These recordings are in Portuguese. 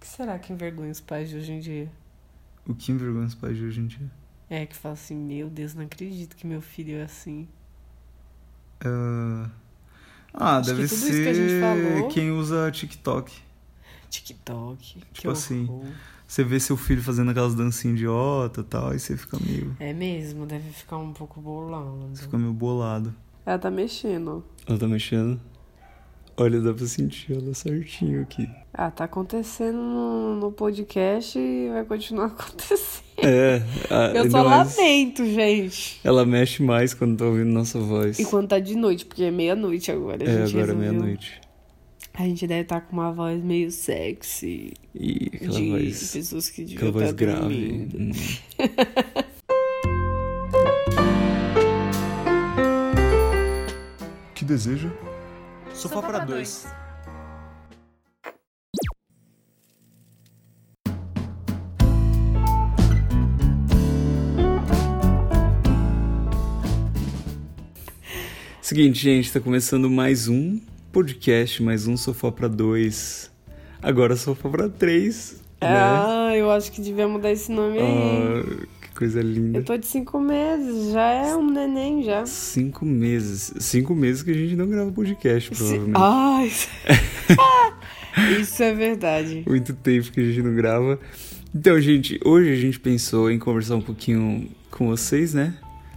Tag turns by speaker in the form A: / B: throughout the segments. A: será que envergonha os pais de hoje em dia?
B: O que envergonha os pais de hoje em dia?
A: É, que fala assim, meu Deus, não acredito que meu filho é assim.
B: Ah, ah,
A: Acho que
B: deve
A: tudo isso que a gente
B: ser
A: falou-
B: quem usa TikTok.
A: TikTok, que
B: Tipo assim.
A: horror.
B: Você vê seu filho fazendo aquelas dancinhas idiota e tal, aí você fica meio,
A: É mesmo, deve ficar um pouco bolando.
B: você fica meio bolado.
A: Ela tá mexendo.
B: Ela tá mexendo? Olha, dá pra sentir ela certinho aqui.
A: Ah, tá acontecendo no, no podcast e vai continuar acontecendo.
B: É, a-
A: Eu tô
B: não,
A: lá
B: mas
A: dentro, gente.
B: Ela mexe mais quando tá ouvindo nossa voz.
A: E quando tá de noite, porque é meia-noite agora. A
B: é,
A: gente
B: agora é
A: resolveu.
B: meia-noite.
A: A gente deve estar com uma voz meio sexy.
B: E aquela
A: de
B: voz.
A: pessoas que deviam
B: Aquela voz
A: estar
B: grave.
A: tá dormindo.
B: Hum.
C: que deseja?
B: Sofá pra dois. Seguinte, gente, tá começando mais um podcast, mais um Sofá pra dois. Agora Sofá pra três. Né?
A: Ah, eu acho que devia mudar esse nome aí.
B: Ah, que coisa linda.
A: Eu tô de cinco meses, já é um neném, já.
B: Cinco meses. Cinco meses que a gente não grava podcast,
A: Se-
B: provavelmente.
A: Ai, isso- isso é verdade.
B: Muito tempo que a gente não grava. Então, gente, hoje a gente pensou em conversar um pouquinho com vocês, né?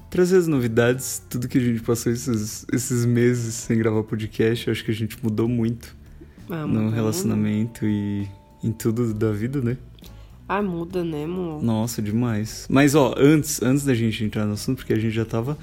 B: Trazer as novidades, tudo que a gente passou esses, esses meses sem gravar podcast. Eu acho que a gente mudou muito
A: Ah,
B: no
A: muda, né?
B: relacionamento e em tudo da vida, né?
A: Ah, muda, né, amor?
B: Nossa, demais. Mas, ó, antes, antes da gente entrar no assunto, porque a gente já tava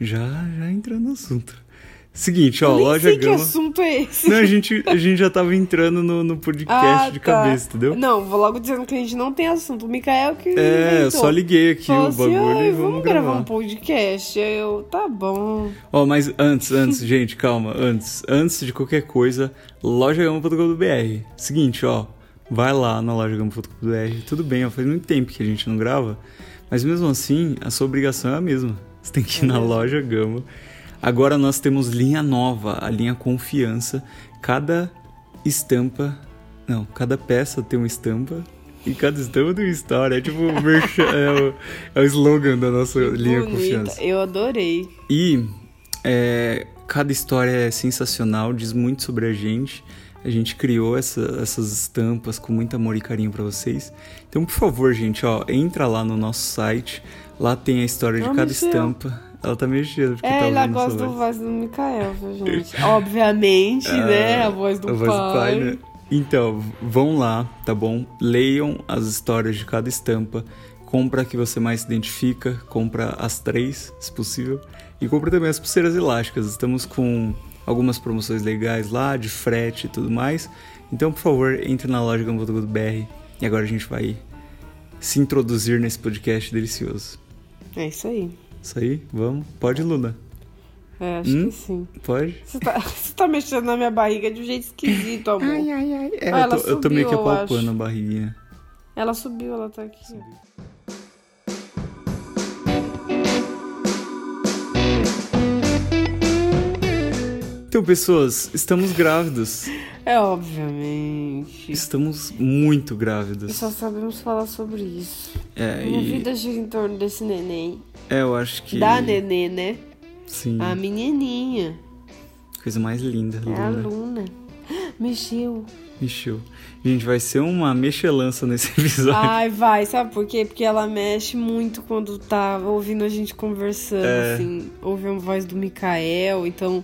B: já, já entrando no assunto. Seguinte, ó,
A: Nem
B: loja
A: sei que
B: Gama.
A: assunto é esse.
B: Não, a gente, a gente já tava entrando no, no podcast
A: Ah,
B: de
A: tá.
B: cabeça, entendeu?
A: Não, vou logo dizendo que a gente não tem assunto. O Mikael que.
B: É, eu
A: inventou.
B: só liguei aqui
A: Falou
B: o
A: assim,
B: bagulho
A: "Ai,
B: e
A: vamos
B: vamos
A: gravar
B: gravar.
A: um podcast. Aí Eu, tá bom.
B: Ó, mas antes, antes, gente, calma, antes, antes de qualquer coisa, lojagama.com.br. Seguinte, ó, vai lá na lojagama.com.br. Tudo bem, ó, faz muito tempo que a gente não grava, mas mesmo assim, a sua obrigação é a mesma. Você tem que ir na loja Gama. Agora nós temos linha nova, a linha Confiança. Cada estampa, não, cada peça tem uma estampa. E cada estampa tem uma história. É tipo o merchan- é, o, é o slogan da nossa linha Confiança.
A: Bonita. Eu adorei.
B: E é, cada história é sensacional, diz muito sobre a gente. A gente criou essa- essas estampas com muito amor e carinho pra vocês. Então, por favor, gente, ó, entra lá no nosso site. Lá tem a história de
A: Ela
B: cada
A: mexeu.
B: estampa. Ela tá mexendo porque tá
A: É, ela
B: ouvindo
A: gosta
B: essa
A: do
B: voz.
A: voz do Mikael, viu, gente? Obviamente, né? A voz do
B: É, A
A: pai.
B: voz do pai, né? Então, vão lá, tá bom? Leiam as histórias de cada estampa. Compra a que você mais se identifica, compra as três, se possível. E compra também as pulseiras elásticas. Estamos com algumas promoções legais lá, de frete e tudo mais. Então, por favor, entre na loja Gambo.br e agora a gente vai se introduzir nesse podcast delicioso.
A: É isso aí.
B: Isso aí, vamos? Pode, Luna?
A: É, acho
B: Hum?
A: que sim.
B: Pode?
A: Você tá, você tá mexendo na minha barriga de um jeito esquisito, amor.
B: ai, ai.
A: Ah,
B: É, eu, tô,
A: ela
B: eu tô meio que
A: subiu, eu acho.
B: apalpando a barriguinha.
A: Ela subiu, ela tá aqui.
B: Então, pessoas, estamos grávidos.
A: É, obviamente.
B: Estamos muito
A: E
B: grávidos.
A: só sabemos falar sobre isso.
B: É,
A: Minha
B: e,
A: vida gira em torno desse neném.
B: é, eu acho que.
A: Da nenê, né?
B: Sim.
A: A menininha.
B: Coisa mais linda,
A: É a
B: Luna.
A: Luna. Mexeu.
B: Mexeu. Gente, vai ser uma mexelança nesse episódio.
A: Ai, vai, sabe por quê? Porque ela mexe muito quando tá ouvindo a gente conversando,
B: É.
A: assim, ouve a voz do Mikael, então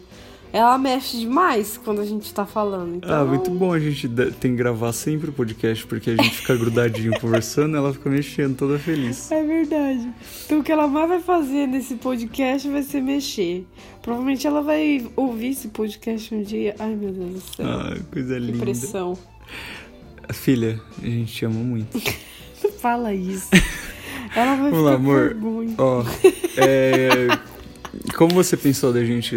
A: ela mexe demais quando a gente tá falando. Então,
B: Ah, muito bom a gente da- tem que gravar sempre o podcast, porque a gente fica grudadinho conversando, ela fica mexendo toda feliz.
A: É verdade. Então o que ela mais vai fazer nesse podcast vai ser mexer. Provavelmente ela vai ouvir esse podcast um dia. Ai, meu Deus do céu.
B: Ah, coisa
A: que
B: linda. Ah,
A: pressão.
B: Filha, a gente te ama muito.
A: Fala isso. Ela vai
B: Vamos
A: ficar
B: lá, amor.
A: com vergonha.
B: Ó, é, como você pensou da gente,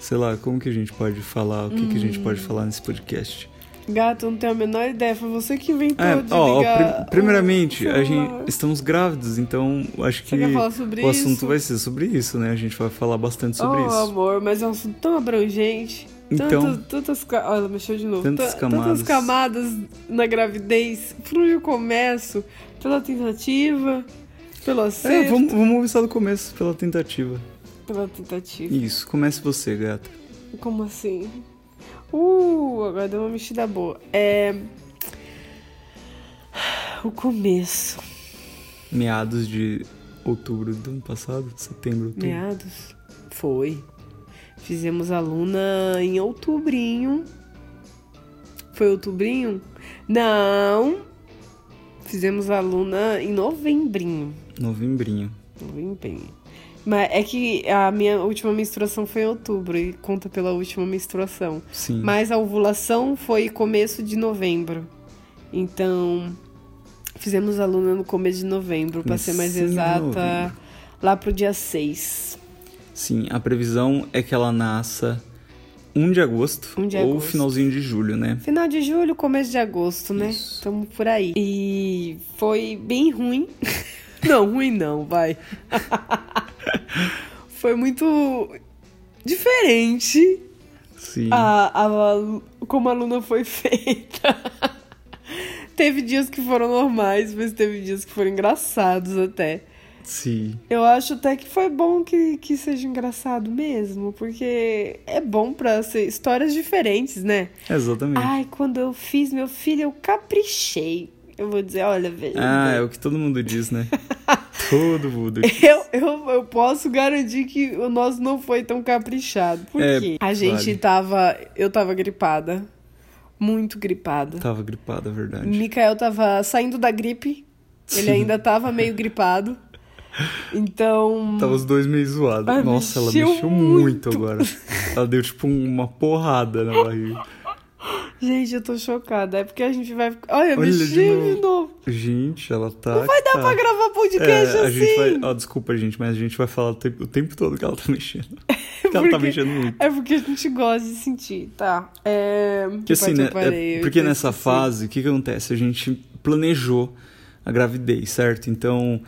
B: sei lá, como que a gente pode falar, o que, que a
A: Hum.
B: gente pode falar nesse podcast?
A: Gato, eu não tenho a menor ideia. Foi você que inventou
B: É,
A: de
B: ó, ó,
A: ligar
B: pri- primeiramente,
A: o
B: a
A: celular.
B: gente estamos grávidos, então acho que
A: Você quer falar
B: o
A: sobre isso?
B: assunto vai ser sobre isso, né? A gente vai falar bastante sobre
A: oh,
B: isso.
A: amor, mas é um assunto tão abrangente.
B: Então,
A: Tanto- tantas, ca- olha, ela mexeu de novo.
B: Tantas
A: Ta-
B: camadas.
A: Tantas camadas na gravidez. Por onde eu começo? Pela tentativa, pelo acerto,
B: é, vamos, vamos começar do começo pela tentativa.
A: pela tentativa.
B: Isso, comece você, gata.
A: Como assim? Uh, agora deu uma mexida boa. É. O começo.
B: Meados de outubro do ano passado, setembro, outubro.
A: Meados? Foi. Fizemos a Luna em outubrinho. Foi outubrinho? Não! Fizemos a Luna em novembrinho.
B: Novembrinho.
A: Novembrinho. Mas é que a minha última menstruação foi em outubro e conta pela última menstruação.
B: Sim.
A: Mas a ovulação foi começo de novembro. Então, fizemos a Luna no começo de novembro, pra ser mais
B: Comecinho de
A: exata,
B: novembro.
A: lá pro dia 6.
B: Sim, a previsão é que ela nasça 1 de agosto
A: 1 de
B: ou
A: agosto.
B: finalzinho de julho, né?
A: Final de julho, começo de agosto, né?
B: Isso.
A: Tamo por aí. E foi bem ruim. não, ruim não, vai. foi muito diferente
B: Sim.
A: a, a- como a Luna foi feita. teve dias que foram normais, mas teve dias que foram engraçados até.
B: Sim.
A: Eu acho até que foi bom que, que seja engraçado mesmo, porque é bom pra ser histórias diferentes, né?
B: Exatamente.
A: Ai, quando eu fiz meu filho, eu caprichei. Eu vou dizer, olha, velho.
B: Ah, é o que todo mundo diz, né? todo mundo.
A: eu, eu, eu posso garantir que o nosso não foi tão caprichado. Por
B: É,
A: quê? A gente
B: vale.
A: tava. Eu tava gripada. Muito gripada.
B: Tava gripado, é verdade.
A: Mikael tava saindo da gripe. Ele
B: Sim.
A: ainda tava meio gripado. Então.
B: Tava os dois meio zoados.
A: Ai,
B: Nossa, ela
A: mexeu
B: mexeu muito agora. Ela deu tipo uma porrada na barriga.
A: Gente, eu tô chocada. É porque a gente vai. ficar- Olha,
B: Tá. Olha, de
A: mexeu
B: novo.
A: de novo.
B: Gente, ela tá.
A: Não vai dar
B: tá.
A: pra gravar podcast
B: É, a
A: assim.
B: gente vai. Ó, desculpa, gente, mas a gente vai falar o tempo, o tempo todo que ela tá mexendo. Que ela tá
A: Porque-
B: mexendo muito.
A: É porque a gente gosta de sentir, tá? É...
B: Porque assim,
A: Pode,
B: né?
A: eu parei,
B: é-
A: eu
B: porque
A: esqueci.
B: nessa fase, o que, que acontece? A gente planejou a gravidez, certo? Então.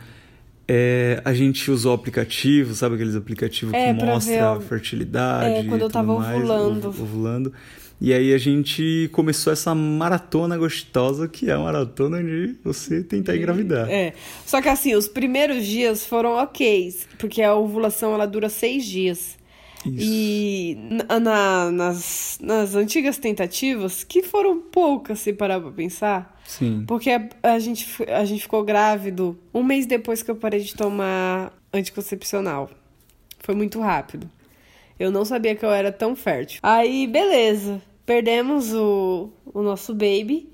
B: é, a gente usou aplicativo, sabe aqueles aplicativos
A: É,
B: que
A: pra ver
B: mostra a
A: o-
B: fertilidade?
A: É, quando eu
B: e tudo
A: tava
B: mais,
A: ovulando.
B: ov- ovulando. E aí a gente começou essa maratona gostosa, que é a maratona de você tentar engravidar.
A: É. Só que assim, os primeiros dias foram ok, porque a ovulação ela dura seis dias. E na- na- nas, nas antigas tentativas, que foram poucas, se parar pra pensar,
B: Sim.
A: porque a, a gente, fi- a gente ficou grávido um mês depois que eu parei de tomar anticoncepcional. Foi muito rápido. Eu não sabia que eu era tão fértil. Aí, beleza. Perdemos o, o nosso baby.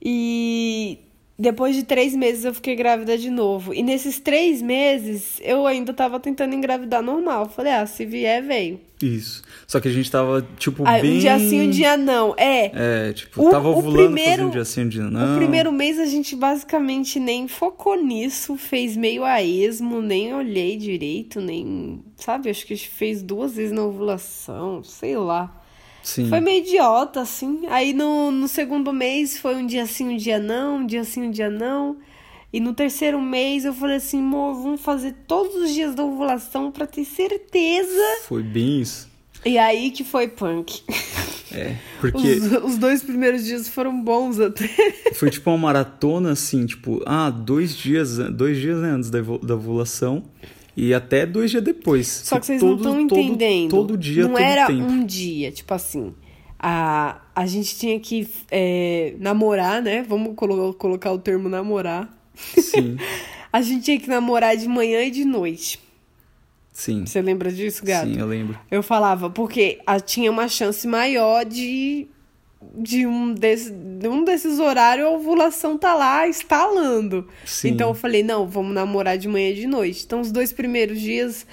A: E depois de três meses eu fiquei grávida de novo. E nesses três meses eu ainda tava tentando engravidar normal. Falei, ah, se vier, veio.
B: Isso. Só que a gente tava, tipo,
A: Aí,
B: bem...
A: Um dia sim, um dia não. É.
B: É, tipo,
A: O-
B: tava
A: o
B: ovulando, fazia
A: primeiro-
B: um dia sim, um dia não.
A: O primeiro mês a gente basicamente nem focou nisso, fez meio a esmo, nem olhei direito, nem. Sabe? Acho que a gente fez duas vezes na ovulação, sei lá.
B: Sim.
A: Foi meio idiota, assim. Aí no, no segundo mês foi um dia sim, um dia não, um dia sim, um dia não. E no terceiro mês eu falei assim, amor, vamos fazer todos os dias da ovulação pra ter certeza.
B: Foi bem isso.
A: E aí que foi punk.
B: É. Porque
A: Os, os dois primeiros dias foram bons até.
B: foi tipo uma maratona, assim, tipo, ah, dois dias, dois dias né, antes da, evo- da ovulação e até dois dias depois. Tipo,
A: Só que vocês
B: Todo-
A: não estão
B: todo-
A: entendendo.
B: Todo dia,
A: Não
B: todo
A: era
B: tempo.
A: um dia, tipo assim. A, a gente tinha que é, namorar, né? Vamos colo- colocar o termo namorar.
B: Sim,
A: A gente tinha que namorar de manhã e de noite.
B: sim.
A: Você lembra disso, gato?
B: Sim, eu lembro.
A: Eu falava, porque a- tinha uma chance maior de, de, um, desse, de um desses horários a ovulação tá lá estalando.
B: Sim.
A: Então eu falei, não, vamos namorar de manhã e de noite. Então os dois primeiros dias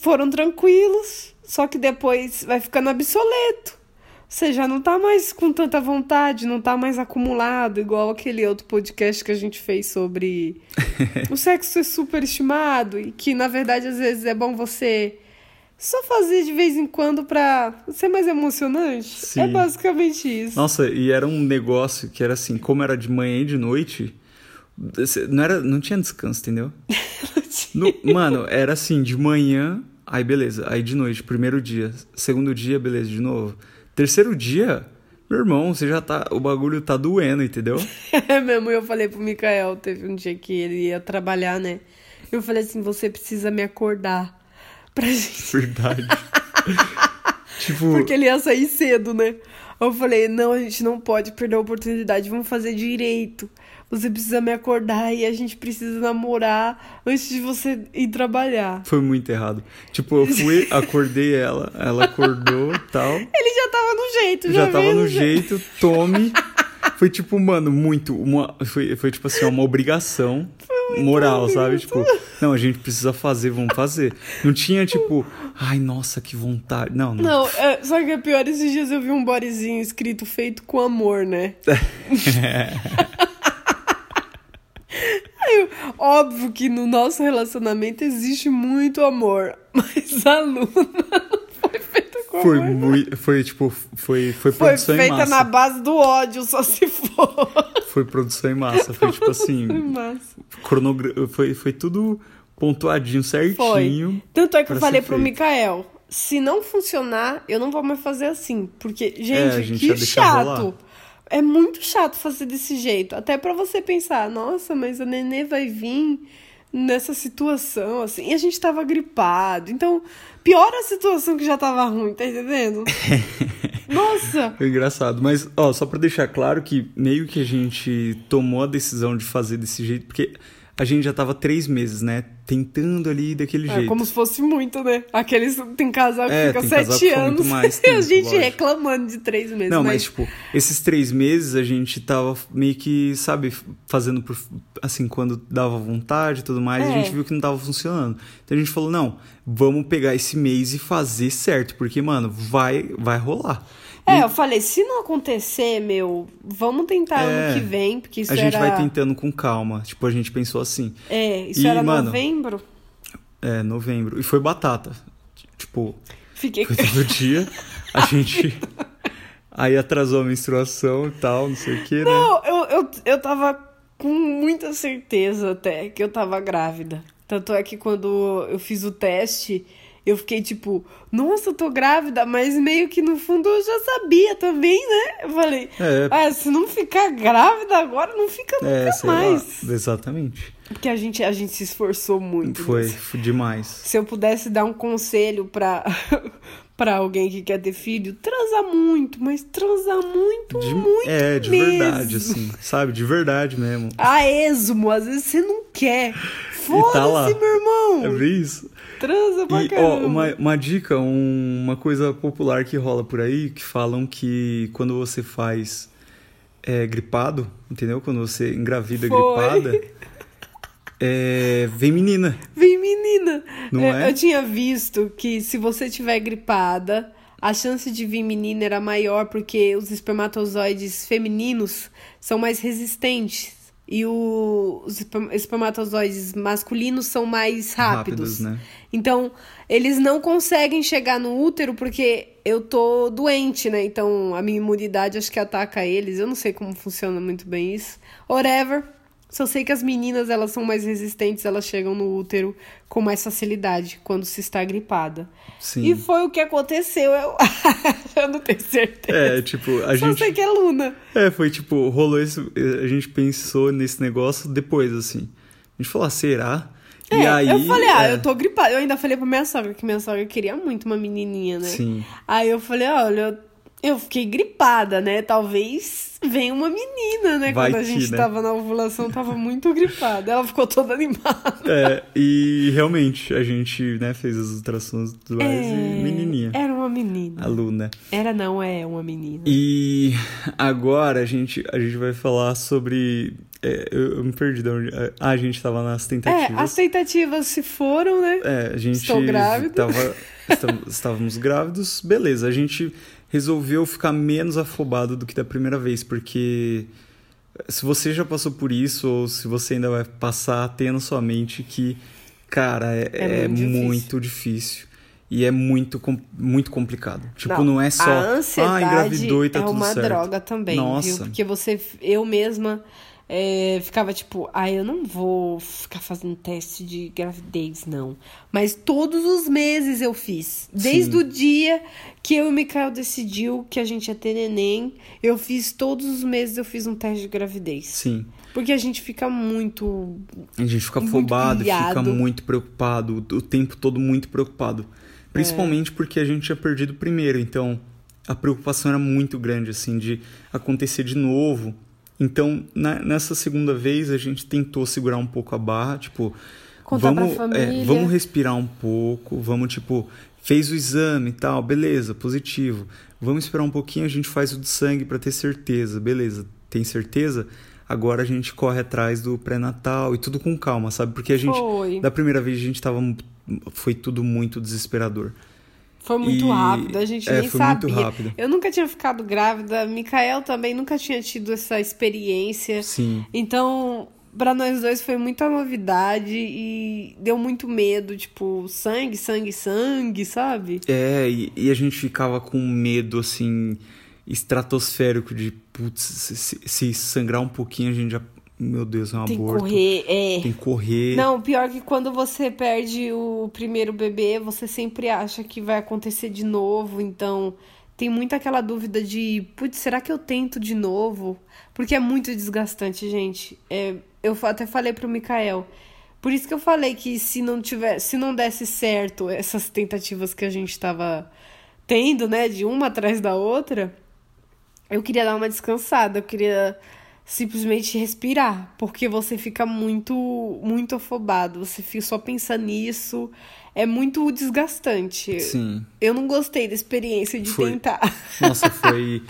A: foram tranquilos, só que depois vai ficando obsoleto. Você já não tá mais com tanta vontade, não tá mais acumulado, igual aquele outro podcast que a gente fez sobre o sexo é superestimado e que, na verdade, às vezes é bom você só fazer de vez em quando pra ser mais emocionante.
B: Sim.
A: É basicamente isso.
B: Nossa, e era um negócio que era assim, como era de manhã e de noite, cê- não, era, não tinha descanso, entendeu? No- mano, era assim, de manhã Aí beleza, aí de noite, primeiro dia, segundo dia, beleza, de novo. Terceiro dia, meu irmão, você já tá. O bagulho tá doendo, entendeu?
A: É mesmo, eu falei pro Mikael, teve um dia que ele ia trabalhar, né? Eu falei assim, você precisa me acordar pra gente.
B: Verdade. tipo,
A: Porque ele ia sair cedo, né? Eu falei, não, a gente não pode perder a oportunidade, vamos fazer direito. Você precisa me acordar e a gente precisa namorar antes de você ir trabalhar.
B: foi muito errado. Tipo, eu fui, acordei ela, ela acordou tal.
A: Ele já tava no jeito, já
B: Já tava
A: viu?
B: no jeito, tome. Foi tipo, mano, muito. Uma, foi, foi tipo assim, uma obrigação moral, sabe? Tipo, não, a gente precisa fazer, vamos fazer. Não tinha tipo, ai, nossa, que vontade. Não, não.
A: Não, é, só que é pior, esses dias eu vi um bodyzinho escrito feito com amor, né? Aí eu- Óbvio que no nosso relacionamento existe muito amor, mas a Luna não foi feita com
B: Foi
A: amor.
B: muito. Foi tipo, foi, é foi
A: Foi
B: produção em
A: feita
B: massa.
A: na base do ódio, só se for.
B: Foi produção em massa. Foi tipo
A: Foi
B: assim,
A: massa.
B: cronogra... foi, foi tudo pontuadinho certinho.
A: Foi. Tanto é que
B: pra
A: eu
B: ser
A: falei pro
B: feito.
A: Mikael, se não funcionar, eu não vou mais fazer assim. Porque, gente,
B: É, a gente ia
A: que
B: deixar
A: chato.
B: rolar.
A: É muito chato fazer desse jeito. Até pra você pensar, nossa, mas a nenê vai vir nessa situação, assim. E a gente tava gripado. Então, piora a situação que já tava ruim, tá entendendo? nossa!
B: É engraçado, mas ó, só pra deixar claro que meio que a gente tomou a decisão de fazer desse jeito, porque a gente já tava três meses, né? Tentando ali daquele
A: É
B: jeito.
A: como se fosse muito, né? Aqueles tem casal que
B: É,
A: fica
B: tem
A: sete
B: casal que fica
A: anos
B: muito mais
A: e a
B: tempo,
A: gente
B: lógico.
A: reclamando de três meses. né?
B: Não,
A: mas
B: mas tipo, esses três meses a gente tava meio que, sabe, fazendo por, assim, quando dava vontade e tudo mais,
A: É.
B: a gente viu que não tava funcionando. Então a gente falou, não, vamos pegar esse mês e fazer certo, porque, mano, vai, vai rolar.
A: É, eu falei, se não acontecer, meu, vamos tentar
B: É.
A: ano que vem, porque isso
B: a gente
A: era.
B: vai tentando com calma. Tipo, a gente pensou assim,
A: É, isso
B: E,
A: era
B: mano,
A: novembro.
B: é, novembro. E foi batata. Tipo,
A: Fiquei.
B: Foi todo dia. A gente. Aí atrasou a menstruação e tal, não sei o que, né?
A: Não, eu, eu, eu tava com muita certeza até que eu tava grávida. Tanto é que quando eu fiz o teste, eu fiquei tipo, nossa, eu tô grávida, mas meio que no fundo eu já sabia também, né? Eu falei,
B: É.
A: ah, se não ficar grávida agora, não fica
B: É,
A: nunca
B: sei
A: mais.
B: lá. Exatamente.
A: Porque a gente, a gente se esforçou muito. né?
B: Foi,
A: nisso.
B: foi demais.
A: Se eu pudesse dar um conselho pra, pra alguém que quer ter filho, transa muito, mas transa muito,
B: De-
A: muito
B: é, de
A: mesmo.
B: verdade, assim. Sabe? De verdade mesmo.
A: A esmo, às vezes você não quer.
B: tá lá.
A: Foda-se, meu
B: É
A: irmão.
B: bem isso.
A: Transa pra
B: E, ó,
A: caramba.
B: uma, uma dica, um- uma coisa popular que rola por aí, que falam que quando você faz é, gripado, entendeu? Quando você engravida
A: Foi.
B: gripada, é, vem menina.
A: Vem, menina.
B: Não
A: eu,
B: é?
A: eu tinha visto que se você tiver gripada, a chance de vir menina era maior porque os espermatozoides femininos são mais resistentes. E o- os esper- espermatozoides masculinos são mais rápidos.
B: Rápidos, né?
A: Então, eles não conseguem chegar no útero porque eu tô doente, né? Então, a minha imunidade acho que ataca eles. Eu não sei como funciona muito bem isso. Whatever. Só sei que as meninas, elas são mais resistentes, elas chegam no útero com mais facilidade quando se está gripada.
B: Sim.
A: E foi o que aconteceu, eu, eu não tenho certeza.
B: É, tipo, a
A: Só
B: gente.
A: sei que é Luna.
B: É, foi tipo, rolou isso. A gente pensou nesse negócio depois, assim. A gente falou, ah, será? e
A: É,
B: aí.
A: eu falei, ah,
B: é,
A: eu tô gripada. Eu ainda falei pra minha sogra que minha sogra queria muito uma menininha, né?
B: Sim.
A: Aí eu falei, olha, eu fiquei gripada, né? Talvez venha uma menina, né?
B: Vai
A: Quando a
B: que,
A: gente
B: né?
A: tava na ovulação, tava muito gripada. Ela ficou toda animada.
B: É, e realmente, a gente, né, fez as ultrassons do
A: É,
B: e menininha.
A: Era uma menina.
B: A Luna.
A: Era não, é uma menina.
B: E agora a gente, a gente vai falar sobre. é, eu, eu me perdi de onde. Ah, a gente tava nas
A: É,
B: tentativas.
A: as tentativas se foram, né?
B: É, a gente
A: Estou grávida.
B: tava- estam- estávamos grávidos, beleza. A gente resolveu ficar menos afobado do que da primeira vez, porque se você já passou por isso ou se você ainda vai passar, tenha na sua mente que, cara, é,
A: É
B: é
A: muito difícil.
B: muito, difícil. E é muito, com- muito complicado. Tipo,
A: Não,
B: não, é só.
A: A ansiedade
B: ah, engravidou e tá
A: é
B: tudo
A: uma
B: certo.
A: droga também, viu?
B: Nossa.
A: Porque você, eu mesma, é, ficava tipo, ah, eu não vou ficar fazendo teste de gravidez, não. Mas todos os meses eu fiz. Desde
B: Sim.
A: o dia que eu e o Mikael decidiu que a gente ia ter neném, eu fiz todos os meses eu fiz um teste de gravidez.
B: Sim.
A: Porque a gente fica muito.
B: A gente fica
A: Muito
B: afobado, fica
A: pilhado.
B: muito preocupado, o- o tempo todo muito preocupado. Principalmente porque a gente tinha perdido o primeiro, então a preocupação era muito grande, assim, de acontecer de novo. Então, na- nessa segunda vez, a gente tentou segurar um pouco a barra, tipo,
A: Contar pra
B: vamos,
A: família.
B: vamos respirar um pouco, vamos, tipo, fez o exame e tal, beleza, positivo. Vamos esperar um pouquinho, a gente faz o de sangue pra ter certeza, beleza, tem certeza? Agora a gente corre atrás do pré-natal e tudo com calma, sabe? Porque a gente,
A: Foi.
B: da primeira vez, a gente tava. mu- Foi tudo muito desesperador.
A: Foi muito
B: E-
A: rápido, a gente
B: é,
A: nem
B: foi muito
A: sabia.
B: rápido.
A: Eu nunca tinha ficado grávida, Mikael também nunca tinha tido essa experiência.
B: Sim.
A: Então, pra nós dois foi muita novidade e deu muito medo, tipo, sangue, sangue, sangue, sabe?
B: É, e, e a gente ficava com medo, assim, estratosférico de, putz, se, se- se sangrar um pouquinho, a gente já. Meu Deus, é um
A: Tem que
B: aborto.
A: correr, é.
B: Tem que correr.
A: Não, pior que quando você perde o primeiro bebê, você sempre acha que vai acontecer de novo, então tem muito aquela dúvida de, putz, será que eu tento de novo? Porque é muito desgastante, gente. É, eu fa- até falei pro Mikael. Por isso que eu falei que se não tiver, se não desse certo essas tentativas que a gente tava tendo, né, de uma atrás da outra, eu queria dar uma descansada, eu queria simplesmente respirar, porque você fica muito, muito afobado, você fica só pensando nisso, é muito desgastante.
B: Sim.
A: Eu não gostei da experiência de
B: Foi.
A: tentar.
B: Nossa, foi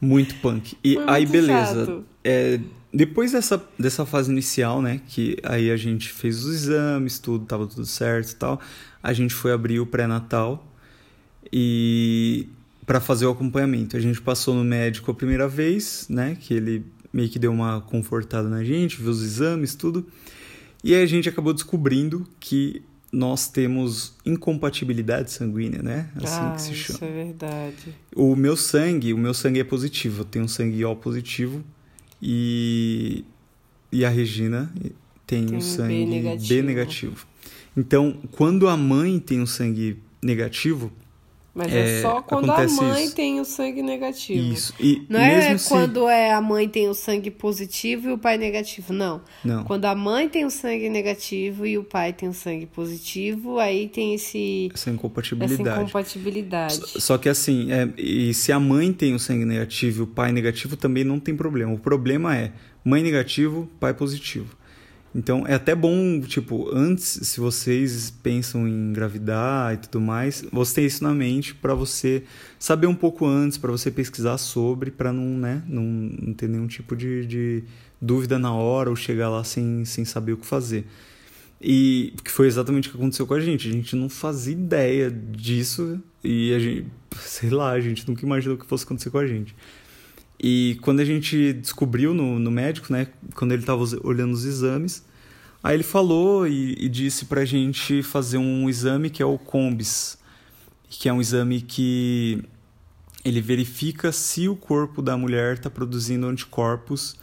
B: muito punk. E
A: Foi
B: aí,
A: muito
B: beleza.
A: chato.
B: É, depois dessa, dessa fase inicial, né? Que aí a gente fez os exames, tudo, tava tudo certo e tal. A gente foi abrir o pré-natal e para fazer o acompanhamento. A gente passou no médico a primeira vez, né? Que ele meio que deu uma confortada na gente, viu os exames, tudo. E aí a gente acabou descobrindo que nós temos incompatibilidade sanguínea, né? Assim que se chama.
A: é verdade.
B: O meu sangue, o meu sangue é positivo, eu tenho um sangue O positivo e e a Regina
A: Tem
B: tem, o
A: um B
B: sangue B negativo.
A: negativo.
B: Então, quando a mãe tem o sangue negativo,
A: Mas é,
B: É,
A: só quando a
B: acontece
A: mãe
B: isso.
A: tem o sangue negativo. né?
B: isso. E
A: Não
B: mesmo
A: é
B: se
A: quando é a mãe tem o sangue positivo e o pai negativo, não.
B: não,
A: Quando a mãe tem o sangue negativo e o pai tem o sangue positivo, aí tem esse
B: essa
A: essa
B: incompatibilidade.
A: É incompatibilidade.
B: Só que assim, é, e se a mãe tem o sangue negativo e o pai é negativo, também não tem problema. O problema é mãe negativo, pai positivo. Então é até bom, tipo, antes, se vocês pensam em engravidar e tudo mais, você tem isso na mente pra você saber um pouco antes, pra você pesquisar sobre, pra não, né, não, não ter nenhum tipo de, de dúvida na hora ou chegar lá sem, sem saber o que fazer. E que foi exatamente o que aconteceu com a gente. A gente não fazia ideia disso e a gente, sei lá, a gente nunca imaginou que fosse acontecer com a gente. E quando a gente descobriu no, no médico, né, quando ele tava os- olhando os exames, aí ele falou e, e disse pra gente fazer um exame que é o COMBIS, que é um exame que ele verifica se o corpo da mulher tá produzindo anticorpos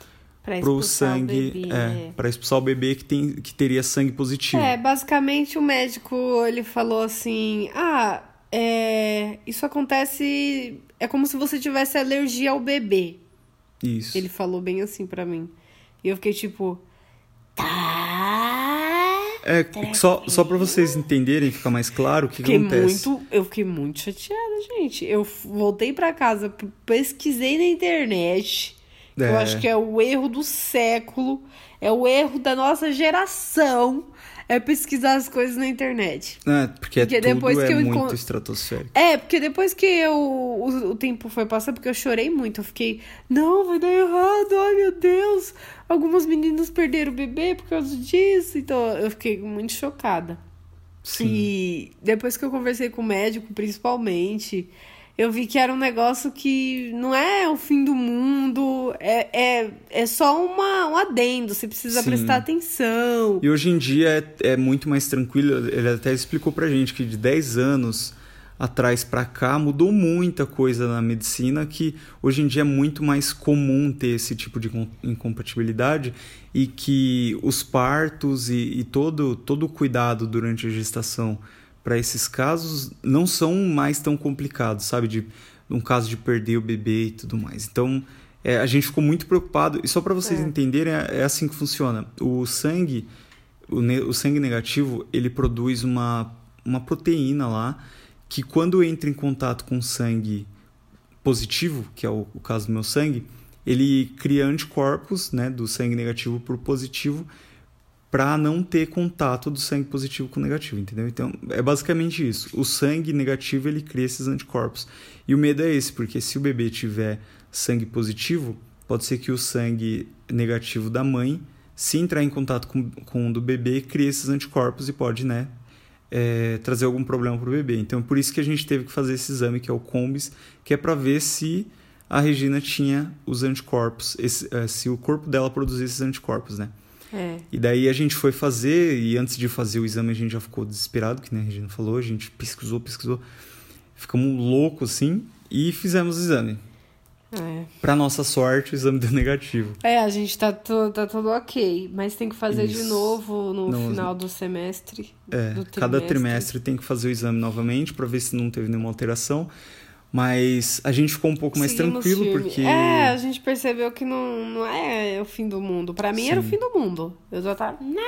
A: Pra
B: pro
A: expulsar o
B: sangue,
A: bebê,
B: é, para expulsar o bebê que tem que teria sangue positivo.
A: É, basicamente o médico ele falou assim: ah, é, isso acontece. É como se você tivesse alergia ao bebê.
B: Isso.
A: Ele falou bem assim pra mim. E eu fiquei tipo. "Tá,
B: É, só, só pra vocês entenderem, ficar mais claro o que, que
A: Fiquei
B: acontece.
A: muito, eu fiquei muito chateada, gente. Eu f- voltei pra casa, p- pesquisei na internet. que
B: É.
A: Eu acho que é o erro do século, é o erro da nossa geração, é pesquisar as coisas na internet.
B: É, porque,
A: Porque
B: tudo
A: depois
B: é
A: que eu
B: muito
A: encon-
B: estratosférico.
A: É, porque depois que eu, o, o tempo foi passando, porque eu chorei muito, eu fiquei, não, vai dar errado, ai meu Deus, algumas meninas perderam o bebê por causa disso, então eu fiquei muito chocada.
B: Sim.
A: E depois que eu conversei com o médico, principalmente, eu vi que era um negócio que não é o fim do mundo, é, é, é só uma, um adendo, você precisa
B: Sim.
A: prestar atenção.
B: E hoje em dia é, é muito mais tranquilo. Ele até explicou pra gente que de 10 anos atrás para cá, mudou muita coisa na medicina que hoje em dia é muito mais comum ter esse tipo de incompatibilidade e que os partos e, e todo, todo o cuidado durante a gestação para esses casos não são mais tão complicados, sabe? De um caso de perder o bebê e tudo mais. Então, é, a gente ficou muito preocupado. E só para vocês é. entenderem, é, é assim que funciona. O sangue, o, ne, o sangue negativo, ele produz uma, uma proteína lá que quando entra em contato com sangue positivo, que é o, o caso do meu sangue, ele cria anticorpos né, do sangue negativo para o positivo para não ter contato do sangue positivo com o negativo, entendeu? Então, é basicamente isso. O sangue negativo, ele cria esses anticorpos. E o medo é esse, porque se o bebê tiver sangue positivo, pode ser que o sangue negativo da mãe, se entrar em contato com, com o do bebê, crie esses anticorpos e pode, né, é, trazer algum problema para o bebê. Então, por isso que a gente teve que fazer esse exame, que é o COMBIS, que é para ver se a Regina tinha os anticorpos, esse, é, se o corpo dela produzia esses anticorpos, né?
A: É.
B: E daí a gente foi fazer, e antes de fazer o exame a gente já ficou desesperado, que né, a Regina falou, a gente pesquisou, pesquisou. Ficamos loucos assim e fizemos o exame.
A: É.
B: Pra nossa sorte, o exame deu negativo.
A: É, a gente tá, to, tá todo ok, mas tem que fazer de
B: Isso.
A: novo no
B: Não,
A: final do semestre.
B: É,
A: do
B: cada trimestre tem que fazer o exame novamente para ver se não teve nenhuma alteração. Mas a gente ficou um pouco mais
A: Seguimos
B: tranquilo
A: firme.
B: porque.
A: É, a gente percebeu que não, não é o fim do mundo. Pra mim era o
B: Sim.
A: fim do mundo. Eu já tava. né?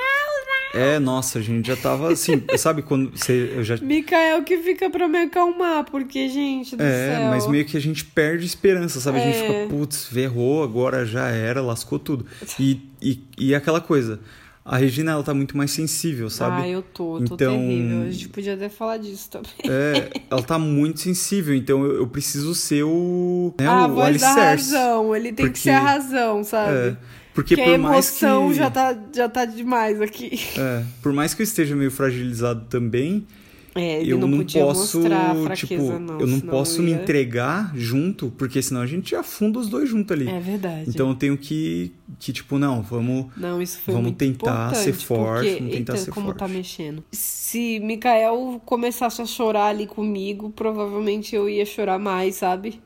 B: É, nossa, a gente já tava assim, sabe quando você eu já é,
A: Micael que fica pra me acalmar, porque, gente do
B: É,
A: céu.
B: mas meio que a gente perde esperança, sabe? A gente
A: É.
B: fica, putz, ferrou, agora já era, lascou tudo. E, e, e aquela coisa, a Regina, ela tá muito mais sensível, sabe?
A: Ah, eu tô, tô
B: Então-
A: terrível. A gente podia até falar disso também.
B: É, ela tá muito sensível, então eu, eu preciso ser o, né,
A: Ah, a
B: o, o
A: voz da
B: alicerce.
A: razão, ele tem que
B: Porque-
A: ser a razão, sabe?
B: É, porque
A: Porque a
B: por mais
A: emoção
B: que...
A: já, tá, já tá demais aqui.
B: é, por mais que eu esteja meio fragilizado também,
A: É, ele
B: eu
A: não,
B: não,
A: podia
B: posso,
A: mostrar a fraqueza,
B: tipo,
A: não.
B: eu não
A: senão
B: posso me
A: ia-
B: entregar junto, porque senão a gente afunda os dois junto ali.
A: É verdade.
B: Então eu tenho que, que tipo, não, vamos.
A: Não, isso foi
B: Vamos
A: muito
B: tentar ser
A: importante,
B: forte,
A: porque,
B: vamos tentar
A: eita,
B: ser
A: como
B: forte.
A: tá mexendo. Se Mikael começasse a chorar ali comigo, provavelmente eu ia chorar mais, sabe?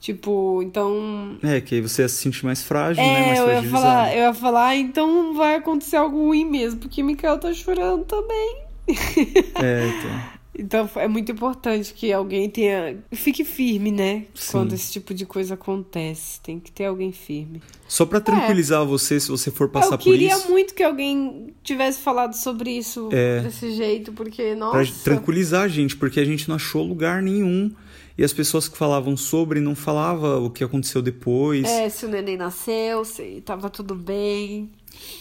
A: Tipo, então...
B: É, que aí você se sente mais frágil, né?
A: É,
B: Mais
A: eu ia
B: fragilizado.
A: falar, eu ia falar, "Ah, então vai acontecer algo ruim mesmo, porque Mikael tá chorando também.
B: É, então.
A: Então é muito importante que alguém tenha... Fique firme, né?
B: Sim.
A: Quando esse tipo de coisa acontece. Tem que ter alguém firme.
B: Só pra tranquilizar você, se você for
A: É.
B: passar
A: Eu
B: por
A: queria
B: isso. É.
A: muito que alguém tivesse falado sobre isso desse jeito, porque,
B: Pra
A: nossa...
B: tranquilizar a gente, porque a gente não achou lugar nenhum. E as pessoas que falavam sobre não falavam o que aconteceu depois.
A: É, se o neném nasceu, se tava tudo bem.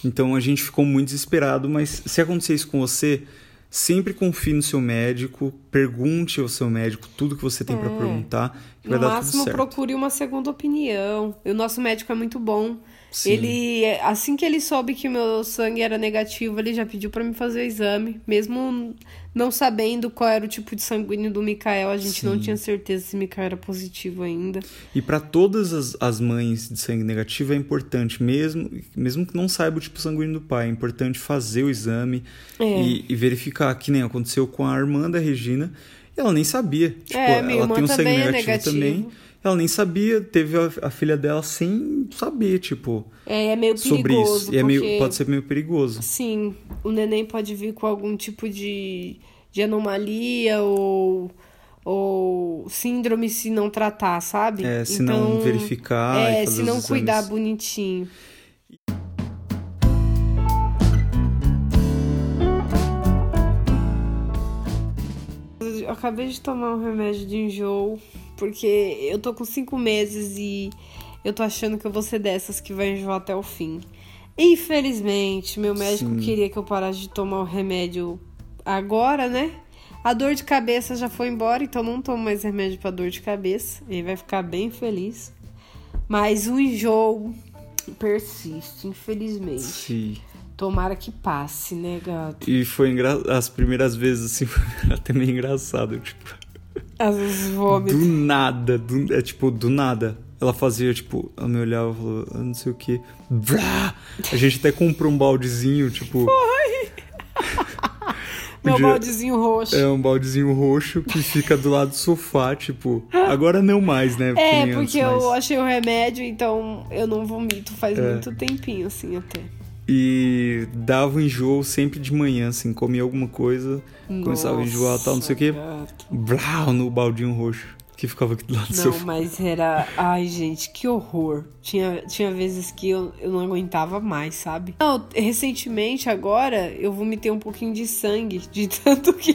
B: Então a gente ficou muito desesperado, mas se acontecer isso com você, sempre confie no seu médico, pergunte ao seu médico tudo que você tem pra
A: É.
B: perguntar, que
A: No
B: vai dar tudo
A: máximo,
B: certo.
A: procure uma segunda opinião. E o nosso médico é muito bom.
B: Sim.
A: Ele, assim que ele soube que o meu sangue era negativo, ele já pediu pra me fazer o exame. Mesmo não sabendo qual era o tipo de sanguíneo do Mikael, a gente não
B: Sim.
A: tinha certeza se Mikael era positivo ainda.
B: E para todas as, as mães de sangue negativo é importante, mesmo, mesmo que não saiba o tipo sanguíneo do pai, é importante fazer o exame
A: É.
B: e, e verificar, que nem aconteceu com a irmã da Regina, e ela nem sabia. Tipo,
A: É, minha
B: ela
A: irmã
B: tem um sangue
A: também é
B: negativo,
A: negativo.
B: também. Ela nem sabia, teve a, a filha dela sem saber, tipo,
A: É, é meio
B: sobre
A: perigoso.
B: isso. E é meio,
A: porque-
B: pode ser meio perigoso.
A: Sim, o neném pode vir com algum tipo de, de anomalia ou, ou síndrome se não tratar, sabe?
B: É, se não
A: Então,
B: verificar
A: é,
B: e fazer
A: se
B: os
A: não
B: exames.
A: cuidar bonitinho. Eu acabei de tomar um remédio de enjoo, porque eu tô com cinco meses e eu tô achando que eu vou ser dessas que vai enjoar até o fim. Infelizmente, meu médico
B: Sim.
A: queria que eu parasse de tomar o remédio agora, né? A dor de cabeça já foi embora, então não tomo mais remédio pra dor de cabeça. Ele vai ficar bem feliz. Mas o enjoo persiste, infelizmente.
B: Sim.
A: Tomara que passe, né, gato?
B: E foi engra... as primeiras vezes, assim, foi até meio engraçado, tipo...
A: Às vezes vômito.
B: Do nada, do- é tipo, do nada. Ela fazia, tipo, ela me olhava e falou, "Ah, não sei o que. A gente até comprou um baldezinho, tipo.
A: Meu
B: Podia-
A: baldezinho roxo.
B: É um baldezinho roxo que fica do lado do sofá, tipo. Agora não mais, né? que
A: É,
B: nem antes,
A: porque eu
B: mas-
A: achei o remédio, então eu não vomito faz
B: É.
A: muito tempinho, assim, até.
B: E dava um enjoo sempre de manhã, assim, comia alguma coisa, começava a enjoar tal, não sei o quê.
A: gato.
B: Blau no baldinho roxo, que ficava aqui do lado do
A: Não,
B: sofá.
A: mas era. Ai, gente, que horror. Tinha, tinha vezes que eu, eu não aguentava mais, sabe? Não, recentemente, agora, eu vomitei um pouquinho de sangue, de tanto que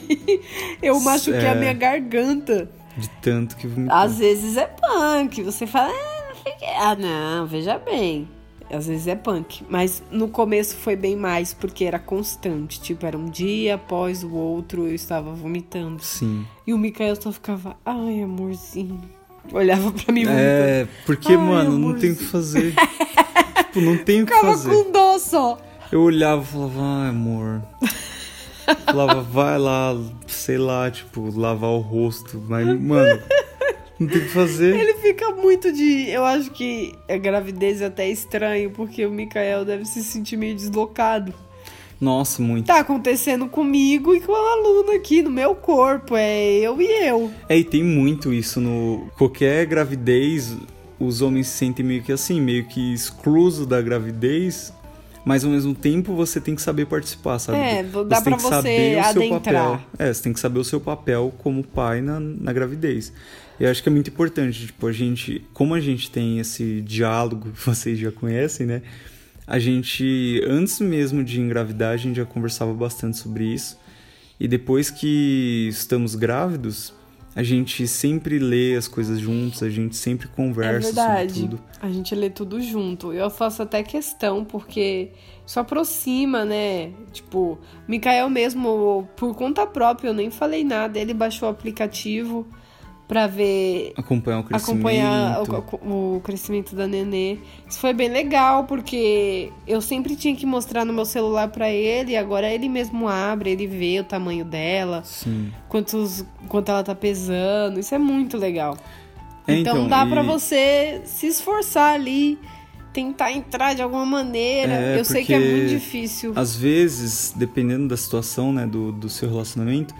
A: eu machuquei a
B: É.
A: minha garganta.
B: De tanto que vomitou.
A: Às vezes é punk. Você fala, ah, não sei o quê." ah, não, veja bem. Às vezes é punk. Mas no começo foi bem mais, porque era constante. Tipo, era um dia após o outro, eu estava vomitando.
B: Sim.
A: E o Mikael só ficava, ai, amorzinho. Olhava pra mim vomitando.
B: É, porque,
A: Ai,
B: mano, não
A: amorzinho.
B: tem o que fazer. tipo, não tem o que
A: Ficava
B: fazer.
A: com dó só.
B: Eu olhava e falava, ai, amor. Falava, vai lá, sei lá, tipo, lavar o rosto. Mas, mano, não tem o que fazer.
A: Ele fica muito de. Eu acho que a gravidez é até estranho, porque o Mikael deve se sentir meio deslocado.
B: Nossa, muito.
A: Tá acontecendo comigo e com a aluna aqui, no meu corpo. É eu e eu.
B: É, e tem muito isso no. Qualquer gravidez, os homens se sentem meio que assim, meio que excluso da gravidez, mas ao mesmo tempo você tem que saber participar, sabe?
A: É, vo- dá
B: tem
A: pra
B: que
A: você
B: saber o seu papel.
A: adentrar.
B: É, você tem que saber o seu papel como pai na, na gravidez. E eu acho que é muito importante, tipo, a gente. Como a gente tem esse diálogo, que vocês já conhecem, né? A gente, antes mesmo de engravidar, a gente já conversava bastante sobre isso. E depois que estamos grávidos, a gente sempre lê as coisas juntos, a gente sempre conversa
A: é verdade.
B: sobre tudo.
A: A gente lê tudo junto. Eu faço até questão, porque isso aproxima, né? Tipo, Mikael mesmo, por conta própria, eu nem falei nada. Ele baixou o aplicativo pra ver.
B: Acompanhar o crescimento.
A: Acompanhar o, o crescimento da nenê. Isso foi bem legal, porque eu sempre tinha que mostrar no meu celular pra ele, agora ele mesmo abre, ele vê o tamanho dela,
B: Sim.
A: quantos, quanto ela tá pesando. Isso é muito legal.
B: É,
A: Então, dá
B: e-
A: pra você se esforçar ali, tentar entrar de alguma maneira.
B: É,
A: eu sei que é
B: porque
A: muito difícil.
B: Às vezes, dependendo da situação, né, do, do seu relacionamento,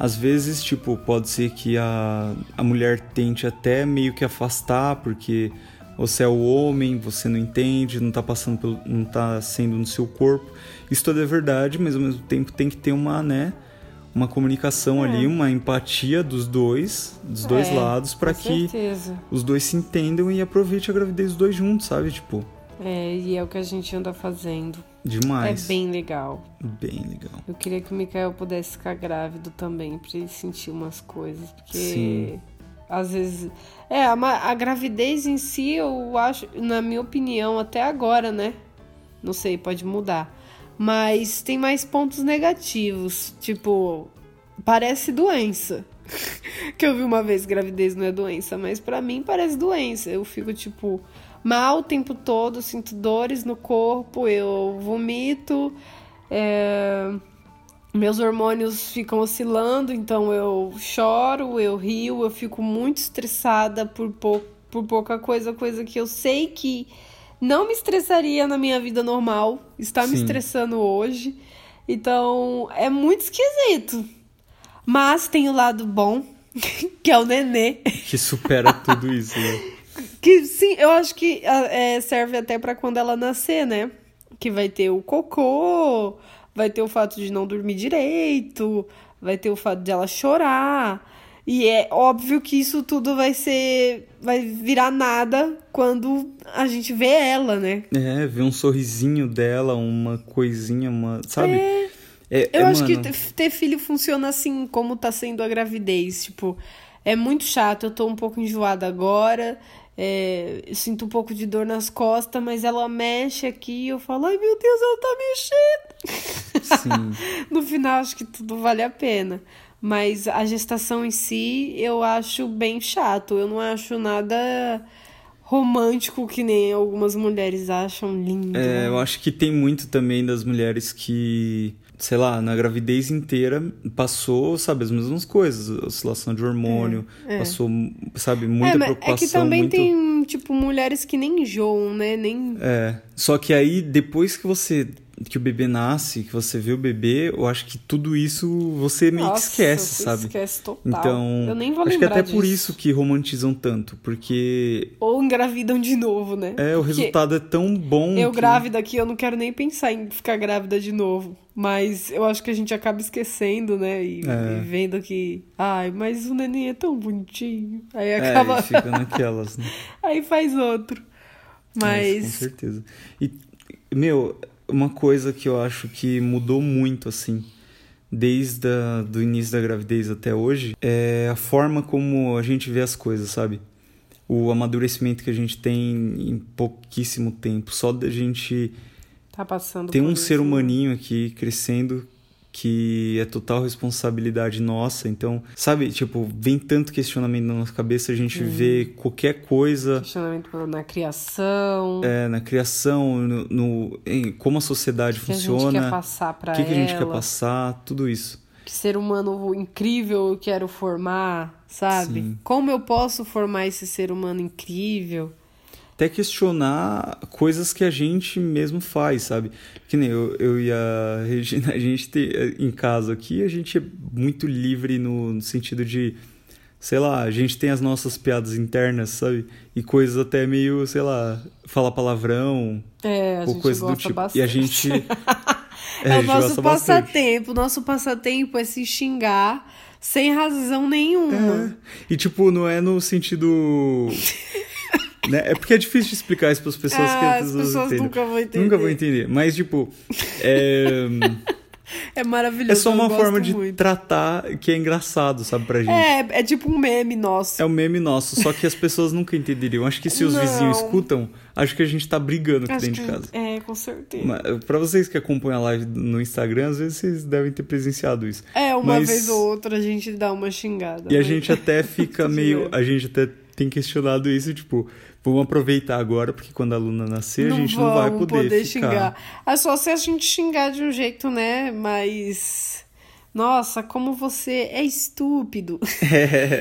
B: às vezes, tipo, pode ser que a, a mulher tente até meio que afastar, porque você é o homem, você não entende, não tá passando pelo. não tá sendo no seu corpo. Isso tudo é verdade, mas ao mesmo tempo tem que ter uma, né? Uma comunicação ali, uma empatia dos dois, dos dois
A: É,
B: lados, pra
A: com
B: que
A: certeza.
B: os dois se entendam e aproveite a gravidez dos dois juntos, sabe? Tipo,
A: É, e é o que a gente anda fazendo.
B: demais.
A: É bem legal.
B: bem legal.
A: Eu queria que o Mikael pudesse ficar grávido também, pra ele sentir umas coisas. Porque
B: Sim.
A: às vezes. É, a, ma- a gravidez em si, eu acho, na minha opinião, até agora, né? Não sei, pode mudar. Mas tem mais pontos negativos. Tipo, parece doença. que eu vi uma vez, gravidez não é doença, mas pra mim parece doença. Eu fico, tipo, mal o tempo todo, sinto dores no corpo, eu vomito. é, Meus hormônios ficam oscilando, então eu choro, eu rio, eu fico muito estressada por, pou... por pouca coisa, coisa que eu sei que não me estressaria na minha vida normal, está me
B: Sim.
A: estressando hoje. Então é muito esquisito. Mas tem o lado bom, que é o nenê.
B: Que supera tudo isso, né?
A: Que sim, eu acho que ah, é, serve até pra quando ela nascer, né? Que vai ter o cocô, vai ter o fato de não dormir direito, vai ter o fato de ela chorar. E é óbvio que isso tudo vai ser. vai virar nada quando a gente vê ela, né?
B: É, ver um sorrisinho dela, uma coisinha, uma. Sabe? É,
A: Eu
B: é,
A: acho que
B: mano,
A: ter- ter filho funciona assim, como tá sendo a gravidez. Tipo, é muito chato. Eu tô um pouco enjoada agora. é, eu sinto um pouco de dor nas costas, mas ela mexe aqui e eu falo, ai meu Deus, ela tá mexendo.
B: Sim.
A: No final, acho que tudo vale a pena. Mas a gestação em si, eu acho bem chato. Eu não acho nada romântico que nem algumas mulheres acham lindo.
B: É, eu acho que tem muito também das mulheres que, sei lá, na gravidez inteira passou, sabe, as mesmas coisas. Oscilação de hormônio, passou, sabe, muita
A: É, mas é
B: preocupação.
A: que também
B: muito...
A: tem, tipo, mulheres que nem enjoam, né? Nem
B: É. Só que aí, depois que você que o bebê nasce, que você vê o bebê, eu acho que tudo isso você meio que
A: Nossa,
B: esquece,
A: você
B: sabe?
A: Esquece total.
B: Então,
A: eu nem vou
B: acho que
A: lembrar
B: até por
A: disso.
B: isso que romantizam tanto, porque
A: Ou engravidam de novo, né?
B: é o
A: Porque
B: resultado é tão bom.
A: Eu
B: que-
A: grávida aqui, eu não quero nem pensar em ficar grávida de novo. Mas eu acho que a gente acaba esquecendo, né? E,
B: É.
A: e vendo que. Ai, mas o neném é tão bonitinho. Aí
B: É,
A: acaba.
B: e fica naquelas, né?
A: Aí faz outro.
B: Com
A: Mas.
B: certeza. E, meu, uma coisa que eu acho que mudou muito, assim, desde a, do início da gravidez até hoje, é a forma como a gente vê as coisas, sabe? O amadurecimento que a gente tem em pouquíssimo tempo. Só da gente
A: Tá passando.
B: ter
A: por
B: um
A: isso,
B: ser
A: né?
B: humaninho aqui crescendo que é total responsabilidade nossa. Então, sabe, tipo, vem tanto questionamento na nossa cabeça, a gente vê qualquer coisa.
A: Questionamento na criação.
B: é, na criação, no, no- em como a sociedade
A: o que a gente quer
B: funciona,
A: passar pra
B: o que, que a gente quer
A: ela,
B: passar, tudo isso.
A: Que ser humano incrível eu quero formar, sabe?
B: Sim.
A: Como eu posso formar esse ser humano incrível?
B: Até questionar coisas que a gente mesmo faz, sabe? Que nem eu, eu e a Regina, a gente tem, em casa aqui, a gente é muito livre no, no sentido de, sei lá, a gente tem as nossas piadas internas, sabe? E coisas até meio, sei lá, falar palavrão
A: É, a
B: ou
A: gente
B: coisa do
A: gosta
B: tipo.
A: bastante.
B: E a gente.
A: É, o nosso
B: bastante.
A: passatempo. Nosso passatempo é se xingar sem razão nenhuma.
B: E, tipo, não é no sentido. né? É porque é difícil de explicar isso para as pessoas que
A: Ah,
B: as
A: as
B: pessoas,
A: pessoas
B: entendem.
A: nunca vão entender.
B: Nunca vão entender. Mas, tipo, é,
A: É
B: é
A: maravilhoso.
B: só
A: eu
B: uma
A: gosto
B: forma de
A: muito.
B: tratar que é engraçado, sabe, pra gente. É.
A: É, é tipo um meme nosso.
B: um meme nosso, só que as pessoas nunca entenderiam. Acho que se os
A: Não.
B: vizinhos escutam, acho que a gente tá brigando aqui
A: Acho
B: dentro de casa.
A: que- É, com certeza.
B: Mas, eh, pra vocês que acompanham a live no Instagram, às vezes vocês devem ter presenciado isso.
A: É, uma
B: Mas-
A: vez ou outra a gente dá uma xingada.
B: E a
A: mas-
B: gente até fica
A: Tô
B: meio.
A: zoando.
B: A gente até tem questionado isso, tipo, vamos aproveitar agora, porque quando a Luna nascer, a gente não vai
A: vamos
B: poder, ficar.
A: xingar. É só se a gente xingar de um jeito, né? Mas. Nossa, como você é estúpido.
B: É.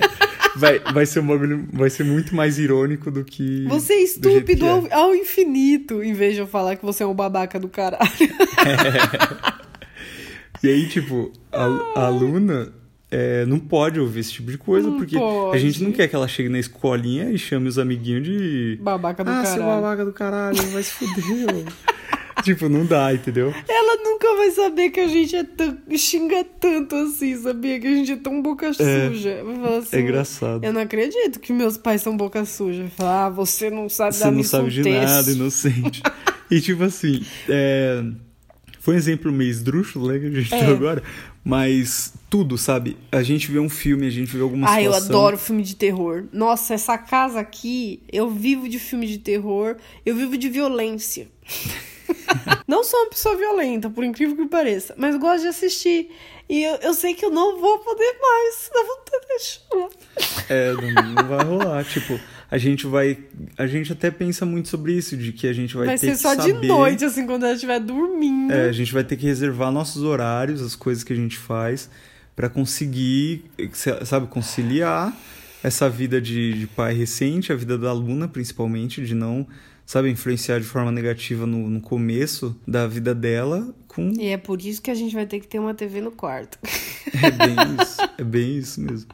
B: Vai, vai ser um bagulho. Vai ser muito mais irônico do que.
A: Você é
B: do jeito que
A: estúpido
B: é.
A: ao, ao infinito, em vez de eu falar que você é um babaca do caralho.
B: E aí, tipo, a, a Luna. é, não pode ouvir esse tipo de coisa,
A: Não
B: porque a
A: pode.
B: gente não quer que ela chegue na escolinha e chame os amiguinhos de.
A: Babaca do
B: ah, seu
A: caralho.
B: babaca do caralho, vai se fuder. ó." tipo, não dá, entendeu?
A: Ela nunca vai saber que a gente é tão, xinga tanto assim, sabia? Que a gente é tão boca suja. Vai falar assim,
B: É engraçado.
A: Eu não acredito que meus pais são boca suja. Vai falar, ah, você não sabe
B: Você
A: dar
B: não
A: missa
B: sabe
A: um
B: de
A: texto.
B: nada, inocente. e tipo assim, é, foi um exemplo meio esdrúxulo né, que a gente
A: É.
B: deu agora, mas tudo, sabe? A gente vê um filme, a gente vê alguma
A: Ah, eu
B: situação.
A: adoro filme de terror. Nossa, essa casa aqui, eu vivo de filme de terror, eu vivo de violência. não sou uma pessoa violenta, por incrível que pareça, mas gosto de assistir. E eu, eu sei que eu não vou poder mais. Dá vontade de chorar.
B: É, não, não vai rolar, tipo... A gente vai. A gente até pensa muito sobre isso, de que a gente vai,
A: Vai,
B: ter
A: ser
B: que
A: só
B: saber.
A: de noite, né? assim, quando ela estiver dormindo.
B: É, a gente vai ter que reservar nossos horários, as coisas que a gente faz, pra conseguir, sabe, conciliar essa vida de, de pai recente, a vida da aluna, principalmente, de não, sabe, influenciar de forma negativa no, no começo da vida dela com.
A: E é por isso que a gente vai ter que ter uma TV no quarto.
B: É bem isso, é bem isso mesmo.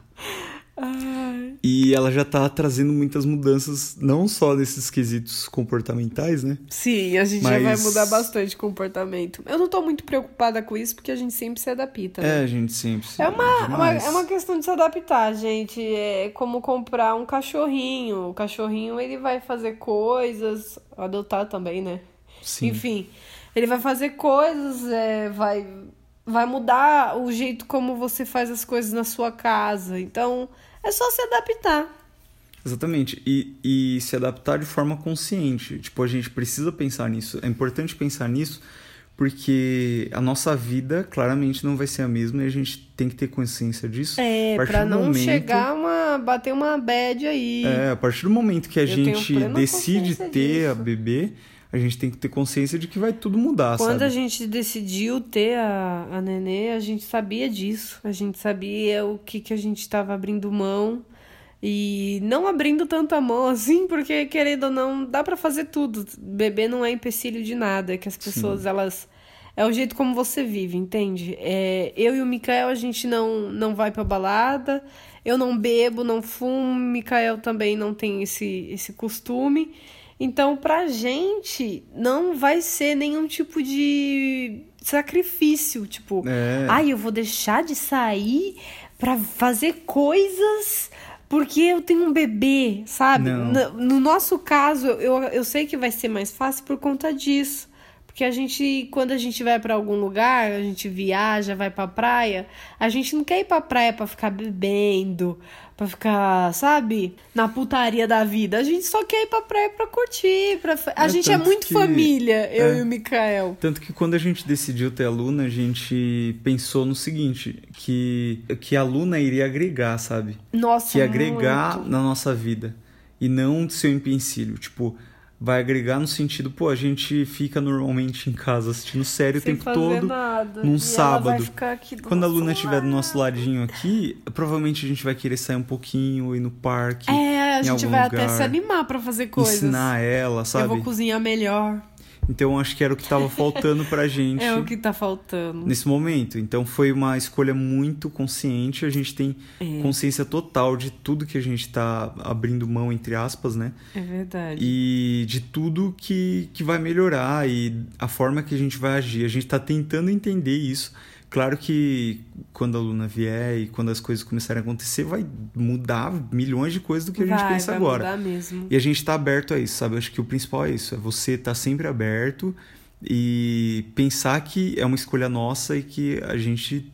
A: Ai.
B: E ela já tá trazendo muitas mudanças, não só nesses quesitos comportamentais, né?
A: Sim, a gente já vai
B: Mas-
A: mudar bastante o comportamento. Eu não tô muito preocupada com isso, porque a gente sempre se adapta. né?
B: É, a gente sempre.
A: É uma, uma-
B: demais.
A: é uma questão de se adaptar, gente. É como comprar um cachorrinho. O cachorrinho, ele vai fazer coisas... Adotar também, né?
B: Sim.
A: Enfim, ele vai fazer coisas, é, vai, vai mudar o jeito como você faz as coisas na sua casa. Então, é só se adaptar.
B: Exatamente. E, e se adaptar de forma consciente. Tipo, a gente precisa pensar nisso. É importante pensar nisso porque a nossa vida claramente não vai ser a mesma e a gente tem que ter consciência disso.
A: É,
B: A partir
A: pra
B: do
A: não
B: momento-
A: chegar uma... bater uma bad aí.
B: É, a partir do momento que a
A: Eu tenho
B: gente
A: plena
B: decide
A: consciência
B: ter a
A: disso.
B: bebê, a gente tem que ter consciência de que vai tudo mudar,
A: Quando
B: sabe?
A: a gente decidiu ter a, a nenê, a gente sabia disso. A gente sabia o que, que a gente estava abrindo mão. E não abrindo tanto a mão assim, porque querendo ou não, dá para fazer tudo. Beber não é empecilho de nada, é que as pessoas
B: Sim.
A: elas é o jeito como você vive, entende? É, eu e o Mikael, a gente não, não vai pra balada, eu não bebo, não fumo, o Mikael também não tem esse, esse costume. Então, pra gente, não vai ser nenhum tipo de sacrifício, tipo,
B: É.
A: ai, eu vou deixar de sair pra fazer coisas porque eu tenho um bebê, sabe?
B: Não.
A: Na- No nosso caso, eu, eu sei que vai ser mais fácil por conta disso. Porque a gente, quando a gente vai pra algum lugar, a gente viaja, vai pra praia, a gente não quer ir pra praia pra ficar bebendo, pra ficar, sabe, na putaria da vida. A gente só quer ir pra praia pra curtir. Pra... fa- A
B: É,
A: gente é
B: tanto
A: muito
B: que-
A: família, eu
B: é.
A: e o Mikael.
B: Tanto que quando a gente decidiu ter a Luna, a gente pensou no seguinte, que, que a Luna iria agregar, sabe?
A: Nossa,
B: que agregar
A: muito.
B: na nossa vida e não ser um empecilho. Tipo, vai agregar no sentido, pô, a gente fica normalmente em casa assistindo série
A: Sem
B: o tempo
A: fazer
B: todo.
A: nada. E
B: num
A: ela vai
B: sábado.
A: ficar aqui do
B: Quando a
A: nosso
B: Luna estiver do nosso
A: lado.
B: ladinho aqui, provavelmente a gente vai querer sair um pouquinho, ir no parque,
A: É, a
B: em
A: gente
B: algum
A: vai até
B: lugar,
A: se animar pra fazer coisas.
B: ensinar ela,
A: Eu
B: sabe?
A: vou cozinhar melhor.
B: Então acho que era o que tava faltando pra gente.
A: É o que tá faltando.
B: nesse momento. Então foi uma escolha muito consciente, a gente tem consciência total de tudo que a gente tá abrindo mão, entre aspas, né?
A: É verdade.
B: E de tudo que, que vai melhorar e a forma que a gente vai agir. A gente tá tentando entender isso. Claro que quando a Luna vier e quando as coisas começarem a acontecer, vai mudar milhões de coisas do que a gente
A: vai,
B: pensa
A: vai
B: agora.
A: mudar mesmo.
B: E a gente tá aberto a isso, sabe? Eu acho que o principal é isso, é você estar sempre aberto e pensar que é uma escolha nossa e que a gente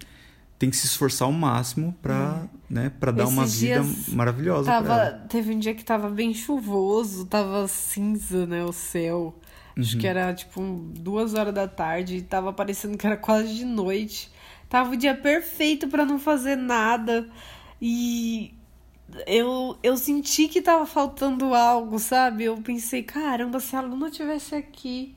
B: tem que se esforçar ao máximo pra, né, para dar
A: É. Esses
B: uma vida
A: dias
B: maravilhosa pra ela.
A: Tava, teve um dia que tava bem chuvoso, tava cinza, né, o céu. Acho
B: Uhum.
A: que era tipo um- duas horas da tarde e tava parecendo que era quase de noite. Tava o dia perfeito pra não fazer nada. E eu, eu senti que tava faltando algo, sabe? Eu pensei, caramba, se a Luna tivesse aqui,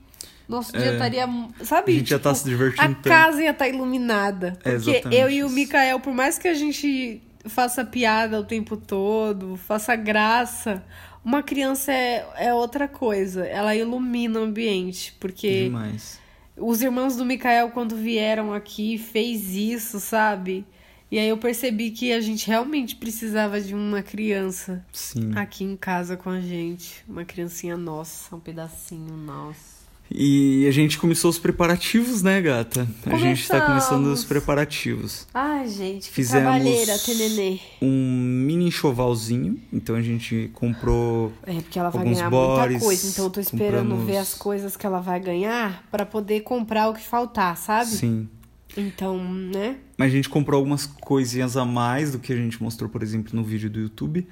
A: nosso dia
B: É.
A: estaria, mu-
B: A
A: sabe?
B: gente já tá
A: Tipo,
B: se
A: a
B: divertindo tanto.
A: casa ia estar iluminada.
B: É
A: Porque
B: exatamente
A: eu e o
B: isso.
A: Mikael, por mais que a gente faça piada o tempo todo, faça graça, uma criança é, é outra coisa. Ela ilumina o ambiente. Porque
B: Demais.
A: os irmãos do Mikael, quando vieram aqui, fez isso, sabe? E aí eu percebi que a gente realmente precisava de uma criança
B: Sim.
A: aqui em casa com a gente. Uma criancinha nossa, um pedacinho nosso.
B: E a gente começou os preparativos, né, gata? A gente tá começando
A: Começamos.
B: os preparativos.
A: Ai, gente, que
B: Fizemos-
A: trabalheira ter nenê.
B: Um mini enxovalzinho, então a gente comprou
A: É, porque ela vai
B: Alguns
A: ganhar
B: bores,
A: muita coisa, então eu tô esperando
B: compramos-
A: ver as coisas que ela vai ganhar pra poder comprar o que faltar, sabe?
B: Sim.
A: Então, né?
B: Mas a gente comprou algumas coisinhas a mais do que a gente mostrou, por exemplo, no vídeo do YouTube.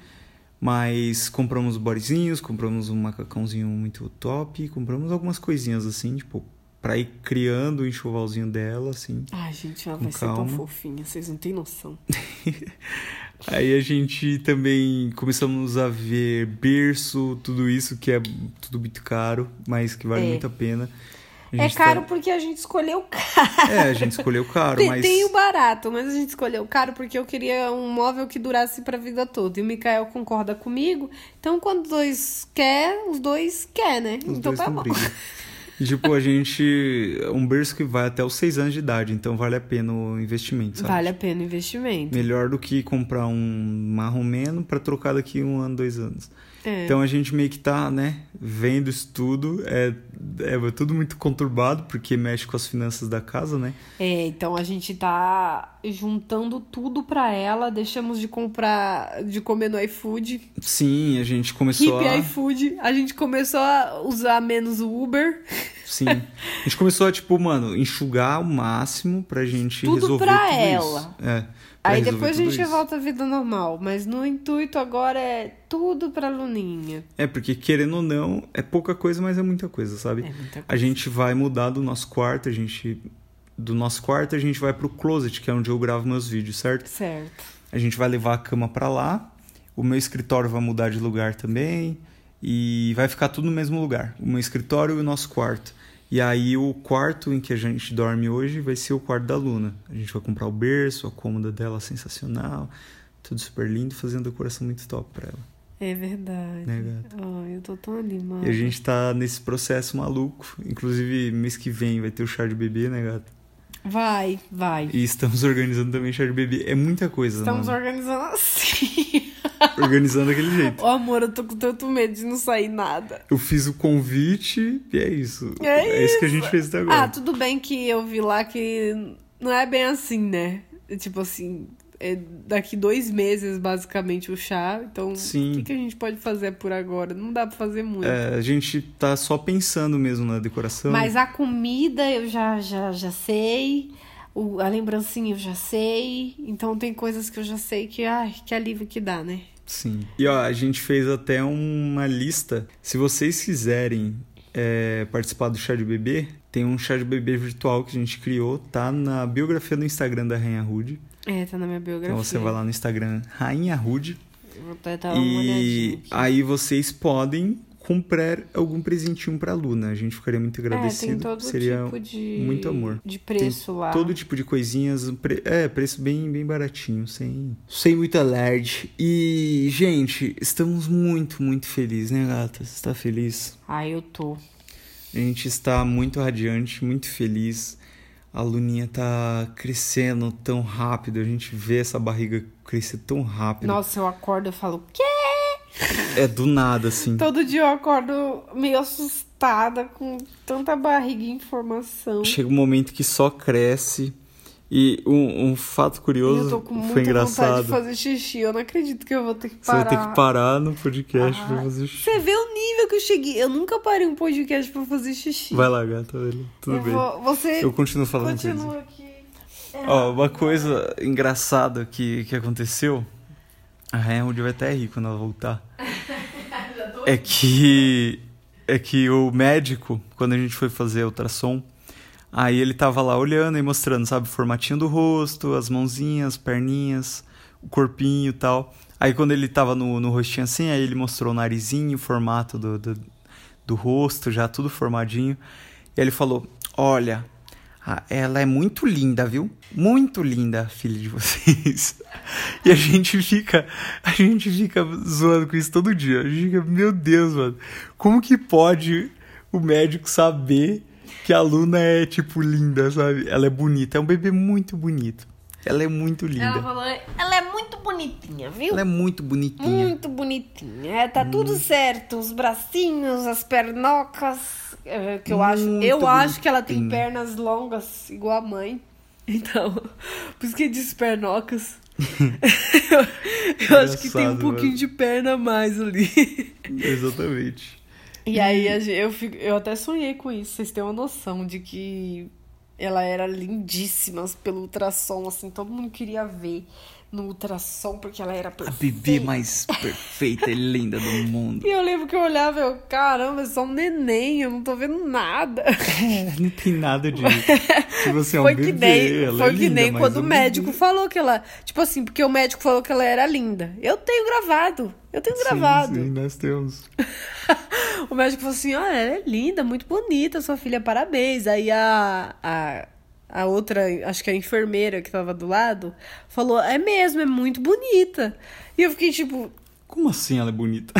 B: Mas compramos borezinhos, compramos um macacãozinho muito top, compramos algumas coisinhas assim, tipo, pra ir criando o enxovalzinho dela, assim.
A: Ai, gente, ela
B: Com
A: vai ser
B: calma.
A: tão fofinha, vocês não têm noção.
B: Aí a gente também começamos a ver berço, tudo isso, que é tudo muito caro, mas que vale
A: É.
B: muito a pena. A
A: É
B: gente tá-
A: caro porque a gente escolheu o caro.
B: É, a gente escolheu caro,
A: Tem,
B: mas.
A: tem o barato, mas a gente escolheu o caro porque eu queria um móvel que durasse pra vida toda. E o Mikael concorda comigo. Então, quando dois quer, os dois quer, né?
B: Os
A: então
B: dois
A: tá
B: não
A: bom.
B: brigam. E, tipo, a gente. Um berço que vai até os seis anos de idade, então vale a pena o investimento, sabe?
A: Vale a pena o investimento.
B: Melhor do que comprar um marromeno pra trocar daqui um ano, dois anos.
A: É.
B: Então a gente meio que tá, né, vendo isso tudo. É, é tudo muito conturbado, porque mexe com as finanças da casa, né?
A: É, então a gente tá juntando tudo pra ela, deixamos de comprar, de comer no iFood,
B: Sim, a gente começou
A: keep
B: a.
A: iFood, a gente começou a usar menos o Uber,
B: Sim. A gente começou a, tipo, mano, enxugar o máximo pra gente
A: Tudo
B: resolver
A: pra
B: tudo
A: ela.
B: isso. É. pra
A: aí
B: resolver
A: depois a
B: tudo
A: gente
B: isso.
A: volta à vida normal, mas no intuito agora é tudo pra Luninha.
B: É, porque querendo ou não, é pouca coisa, mas é muita coisa, sabe?
A: É muita
B: A gente vai mudar do nosso quarto, a gente. Do nosso quarto, a gente vai pro closet, que é onde eu gravo meus vídeos, certo?
A: Certo.
B: A gente vai levar a cama pra lá, o meu escritório vai mudar de lugar também, e vai ficar tudo no mesmo lugar. O meu escritório e o nosso quarto. E aí o quarto em que a gente dorme hoje vai ser o quarto da Luna. A gente vai comprar o berço, a cômoda dela sensacional, Tudo super lindo, fazendo decoração muito top pra ela.
A: É verdade.
B: Né, gata?
A: Ai, eu tô tão animada.
B: E a gente tá nesse processo maluco. Inclusive, mês que vem vai ter o chá de bebê, né, gata?
A: Vai, vai.
B: E estamos organizando também chá de bebê. É muita coisa,
A: Estamos
B: mano.
A: organizando assim.
B: Organizando daquele jeito.
A: Ô, amor, eu tô com tanto medo de não sair nada.
B: Eu fiz o convite e é isso.
A: É
B: que a gente fez até agora.
A: Ah, tudo bem que eu vi lá que não é bem assim, né? É Tipo assim, é daqui dois meses, basicamente, o chá. Então,
B: Sim.
A: o que, que a gente pode fazer por agora? Não dá pra fazer muito.
B: É, então a gente tá só pensando mesmo na decoração.
A: Mas a comida eu já, já, já sei. O- a lembrancinha eu já sei. Então tem coisas que eu já sei que, ai, que alívio que dá, né?
B: Sim. E ó, a gente fez até uma lista. Se vocês quiserem é, participar do chá de bebê, tem um chá de bebê virtual que a gente criou, tá na biografia do Instagram da Rainha Rude.
A: É, tá na minha biografia.
B: Então você vai lá no Instagram Rainha Rude
A: Eu vou até dar uma olhadinha.
B: e
A: aqui.
B: aí vocês podem comprar algum presentinho pra Luna. A gente ficaria muito agradecido.
A: É, tem todo
B: Seria
A: tipo de...
B: muito amor.
A: De preço lá.
B: Todo tipo de coisinhas, pre- é, preço bem, bem baratinho, sem, sem muita alarde. E, gente, estamos muito, muito felizes, né, gata? Você tá feliz?
A: Ah, eu tô.
B: A gente está muito radiante, muito feliz. A Luninha tá crescendo tão rápido, a gente vê essa barriga crescer tão rápido.
A: Nossa, eu acordo e falo, quê?
B: É do nada, assim.
A: Todo dia eu acordo meio assustada, com tanta barriga e informação.
B: Chega um momento que só cresce. E um, um fato
A: E
B: curioso
A: eu tô com
B: foi
A: muita vontade
B: engraçado.
A: de fazer xixi. Eu não acredito que eu vou ter que
B: Você vai
A: parar.
B: ter que parar no podcast
A: Ah.
B: pra fazer xixi.
A: Você vê o nível que eu cheguei. Eu nunca parei um podcast pra fazer xixi.
B: Vai lá, gata, velho. Tudo
A: eu
B: bem.
A: Vou, você
B: Eu continuo falando coisa.
A: continua aqui. É.
B: Ó, uma coisa engraçada que, que aconteceu. A Raymond vai até rir quando ela voltar. É que. É que o médico, quando a gente foi fazer ultrassom, aí ele tava lá olhando e mostrando, sabe, o formatinho do rosto, as mãozinhas, perninhas, o corpinho e tal. Aí quando ele tava no, no rostinho assim, aí ele mostrou o narizinho, o formato do, do, do rosto, já tudo formadinho. E ele falou: Olha, ah, ela é muito linda, viu? Muito linda, a filha de vocês. E a gente fica, a gente fica zoando com isso todo dia. A gente fica, meu Deus, mano, como que pode o médico saber que a Luna é tipo linda, sabe? Ela é bonita, é um bebê muito bonito. Ela é muito
A: Ela
B: linda.
A: falou, ela é muito bonitinha, viu?
B: Ela é muito bonitinha. Hum.
A: Muito bonitinha. É, tá tudo certo. Os bracinhos, as pernocas. é, Que eu acho.
B: Muito
A: Eu acho que ela tem
B: bonitinha.
A: pernas longas, igual a mãe. Então, por isso que diz pernocas. eu, eu acho que tem um
B: Engraçado, né?
A: pouquinho
B: mano.
A: de perna a mais ali.
B: Exatamente.
A: E aí a gen- eu, fico- eu até sonhei com isso, vocês têm uma noção de que ela era lindíssima pelo ultrassom, assim, todo mundo queria ver no ultrassom, porque ela era
B: A
A: perfeita.
B: bebê mais perfeita e linda do mundo.
A: E eu lembro que eu olhava e eu, caramba, é só um neném, eu não tô vendo nada.
B: É, não tem nada de. Se você é um
A: foi
B: bebê,
A: que nem,
B: ela
A: foi
B: é
A: que
B: linda,
A: nem
B: mas
A: quando
B: é
A: o
B: um
A: médico
B: bebê.
A: falou que ela. Tipo assim, porque o médico falou que ela era linda. Eu tenho gravado. Eu tenho
B: Sim,
A: gravado.
B: Sim, nós temos.
A: O médico falou assim: ó, ela é linda, muito bonita, sua filha, parabéns. Aí a, a, a outra, acho que a enfermeira que tava do lado, falou: é mesmo, é muito bonita. E eu fiquei tipo:
B: Como assim ela é bonita?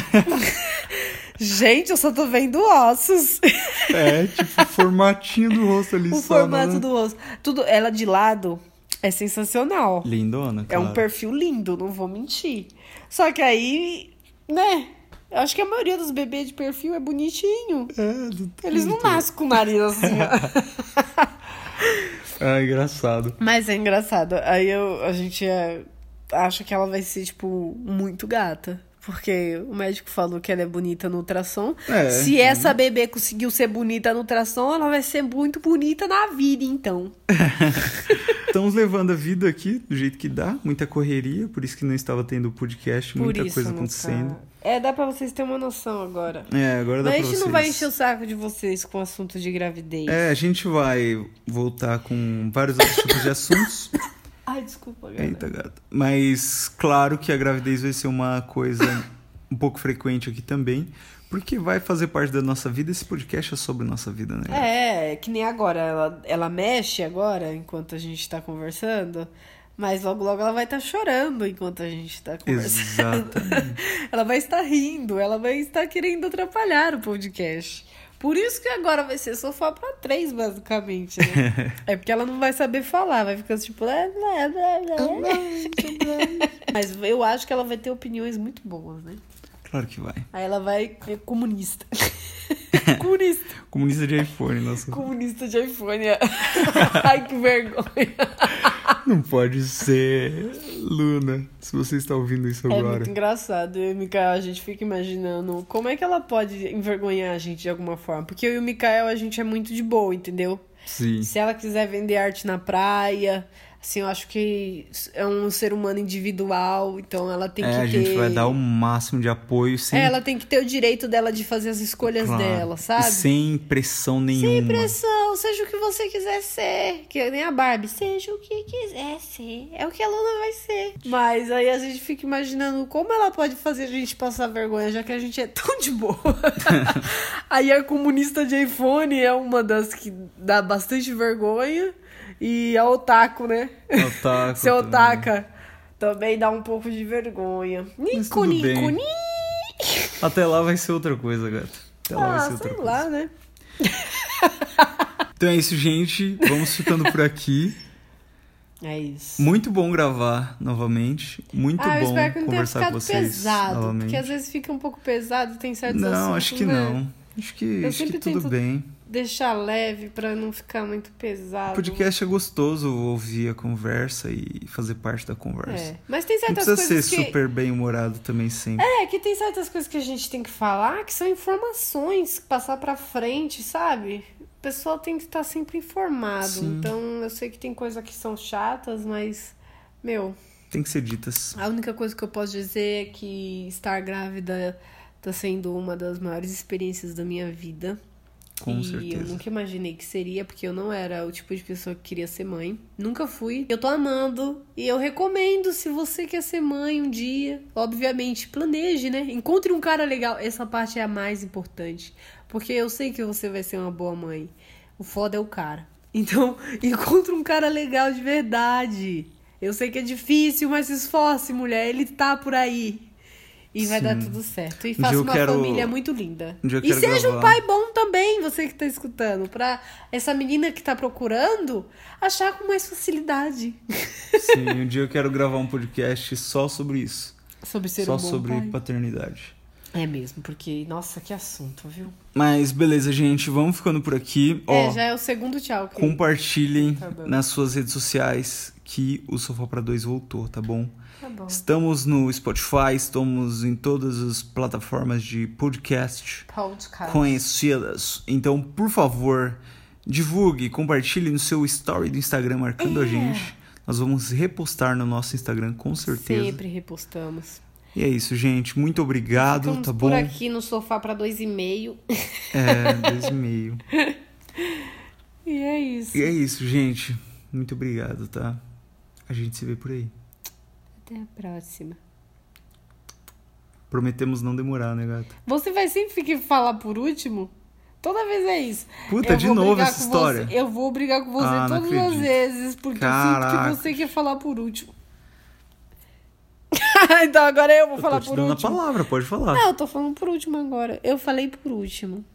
A: gente, eu só tô vendo ossos.
B: É, tipo, o formatinho do rosto ali
A: o
B: só.
A: formato
B: né?
A: do osso. Tudo, ela de lado é sensacional.
B: Lindona,
A: É
B: claro.
A: um perfil lindo, não vou mentir. Só que aí, né? Eu acho que a maioria dos bebês de perfil é bonitinho.
B: É, não tem
A: Eles não
B: muito.
A: nascem com o nariz assim, ó.
B: É engraçado.
A: Mas é engraçado. Aí eu, a gente é, acha que ela vai ser, tipo, muito gata. Porque o médico falou que ela é bonita no ultrassom.
B: É,
A: Se essa bebê conseguiu ser bonita no ultrassom, ela vai ser muito bonita na vida, então.
B: Estamos levando a vida aqui do jeito que dá, muita correria, por isso que não estava tendo podcast,
A: Por
B: muita
A: isso,
B: coisa
A: não tá.
B: acontecendo.
A: É, dá pra vocês terem uma noção agora.
B: É, agora dá
A: Mas a
B: pra
A: gente
B: vocês.
A: não vai encher o saco de vocês com assunto de gravidez.
B: É, a gente vai voltar com vários outros tipos de assuntos.
A: Ai, desculpa, galera.
B: Eita, gato. Mas claro que a gravidez vai ser uma coisa um pouco frequente aqui também, porque vai fazer parte da nossa vida. Esse podcast é sobre nossa vida, né?
A: É, que nem agora, ela, ela mexe agora, enquanto a gente tá conversando. Mas logo, logo ela vai estar chorando enquanto a gente está conversando.
B: Exatamente.
A: ela vai estar rindo, ela vai estar querendo atrapalhar o podcast. Por isso que agora vai ser sofá pra três, basicamente, né? é porque ela não vai saber falar, vai ficar tipo... "Blá, blá, blá, blá, blá". Mas eu acho que ela vai ter opiniões muito boas, né?
B: Claro que vai.
A: Aí ela vai é comunista. comunista.
B: Comunista de iPhone, nossa.
A: Comunista de iPhone. é. Ai, que vergonha.
B: Não pode ser. Luna, se você está ouvindo isso
A: É
B: agora.
A: muito engraçado. Eu e o Mikael, a gente fica imaginando como é que ela pode envergonhar a gente de alguma forma. Porque eu e o Mikael, a gente é muito de boa, entendeu?
B: Sim.
A: Se ela quiser vender arte na praia, assim, eu acho que é um ser humano individual, então ela tem
B: É,
A: que
B: a
A: ter... É,
B: gente vai dar o máximo de apoio sem.
A: Ela tem que ter o direito dela de fazer as escolhas
B: Claro.
A: dela,
B: E
A: sabe?
B: Sem pressão nenhuma.
A: Sem pressão, seja o que você quiser ser. Que nem a Barbie, seja o que quiser ser. É o que a Luna vai ser. Mas aí a gente fica imaginando como ela pode fazer a gente passar vergonha, já que a gente é tão de boa. aí a comunista de iPhone é uma das que dá bastante vergonha. E a otaku, né?
B: Otaku
A: Seu
B: também.
A: otaka também dá um pouco de vergonha.
B: Mas
A: Nico,
B: tudo bem.
A: nico, nico.
B: Até lá vai ser outra coisa, gato. Até lá vai
A: Ah,
B: ser outra
A: sei
B: coisa.
A: lá, né?
B: Então é isso, gente. Vamos ficando por aqui.
A: É isso.
B: Muito bom gravar novamente. Muito
A: ah, eu
B: bom
A: espero que não tenha
B: conversar
A: ficado
B: com vocês
A: pesado,
B: novamente.
A: porque às vezes fica um pouco pesado, tem certos
B: não,
A: assuntos,
B: acho que
A: né?
B: não. Acho que,
A: Eu
B: acho que
A: sempre
B: tudo
A: tento-
B: bem.
A: Deixar leve pra não ficar muito pesado.
B: O podcast é gostoso ouvir a conversa e fazer parte da conversa.
A: É. Mas tem
B: Não
A: certas
B: precisa ser
A: coisas que
B: super bem-humorado também sempre.
A: É, que tem certas coisas que a gente tem que falar, que são informações, que passar pra frente, sabe? O pessoal tem que estar sempre informado.
B: Sim.
A: Então, eu sei que tem coisas que são chatas, mas meu,
B: Tem que ser ditas.
A: A única coisa que eu posso dizer é que estar grávida tá sendo uma das maiores experiências da minha vida.
B: Com
A: e eu
B: certeza.
A: nunca imaginei que seria, porque eu não era o tipo de pessoa que queria ser mãe. Nunca fui. Eu tô amando. E eu recomendo, se você quer ser mãe um dia, obviamente, planeje, né? Encontre um cara legal. Essa parte é a mais importante. Porque eu sei que você vai ser uma boa mãe. O foda é o cara. Então, encontre um cara legal de verdade. Eu sei que é difícil, mas se esforce, mulher. Ele tá por aí. E vai
B: Sim. Um
A: dar tudo certo. E
B: dia
A: faça
B: eu
A: uma
B: quero-
A: família muito linda.
B: Um dia eu
A: E
B: quero
A: seja um
B: gravar.
A: pai bom também, você que tá escutando, pra essa menina que tá procurando achar com mais facilidade
B: Sim, um dia eu quero gravar um podcast só sobre isso.
A: sobre ser
B: só
A: um bom
B: sobre
A: pai.
B: paternidade.
A: É mesmo, porque nossa, que assunto, viu?
B: Mas beleza, gente, vamos ficando por aqui. Ó,
A: É, já é o segundo tchau que
B: compartilhem
A: Tá bom.
B: nas suas redes sociais que o Sofá para Dois voltou, tá bom?
A: Tá bom.
B: Estamos no Spotify, estamos em todas as plataformas de podcast
A: Podcast.
B: conhecidas. Então, por favor, divulgue, compartilhe no seu story do Instagram marcando
A: É.
B: a gente. Nós vamos repostar no nosso Instagram com certeza.
A: Sempre repostamos.
B: E é isso, gente. Muito obrigado,
A: Ficamos
B: tá
A: por
B: bom?
A: aqui no sofá pra dois e meio.
B: É, dois e meio.
A: E é isso.
B: E é isso, gente. Muito obrigado, tá? A gente se vê por aí.
A: Até a próxima.
B: Prometemos não demorar, né, gato?
A: Você vai sempre ficar falar por último? Toda vez é isso.
B: Puta,
A: Eu
B: de
A: vou
B: novo
A: brigar
B: essa
A: com
B: história.
A: você- eu vou brigar com você
B: Ah, não
A: todas as
B: acredito.
A: vezes, porque eu
B: Caraca.
A: sinto que você quer falar por último. então agora eu vou
B: Eu
A: falar
B: tô te
A: por
B: dando
A: último.
B: a palavra, pode falar.
A: Não, eu tô falando por último agora. Eu falei por último.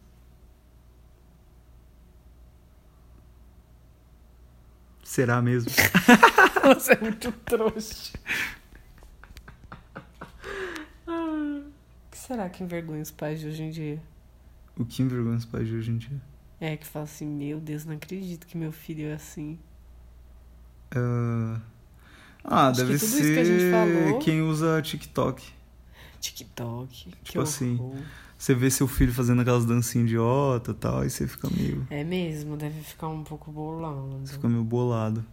B: Será mesmo?
A: Você é muito trouxa. Ah, O que será que envergonha os pais de hoje em dia?
B: O que envergonha os pais de hoje em dia?
A: É, que fala assim, meu Deus, não acredito que meu filho é assim.
B: Ah, Ah,
A: Acho que
B: deve
A: tudo isso
B: ser
A: que a gente falou-
B: quem usa TikTok.
A: TikTok, que
B: Tipo assim.
A: horror.
B: Você vê seu filho fazendo aquelas dancinhas idiota e tal, aí você fica meio,
A: É mesmo, deve ficar um pouco bolando.
B: fica meio bolado.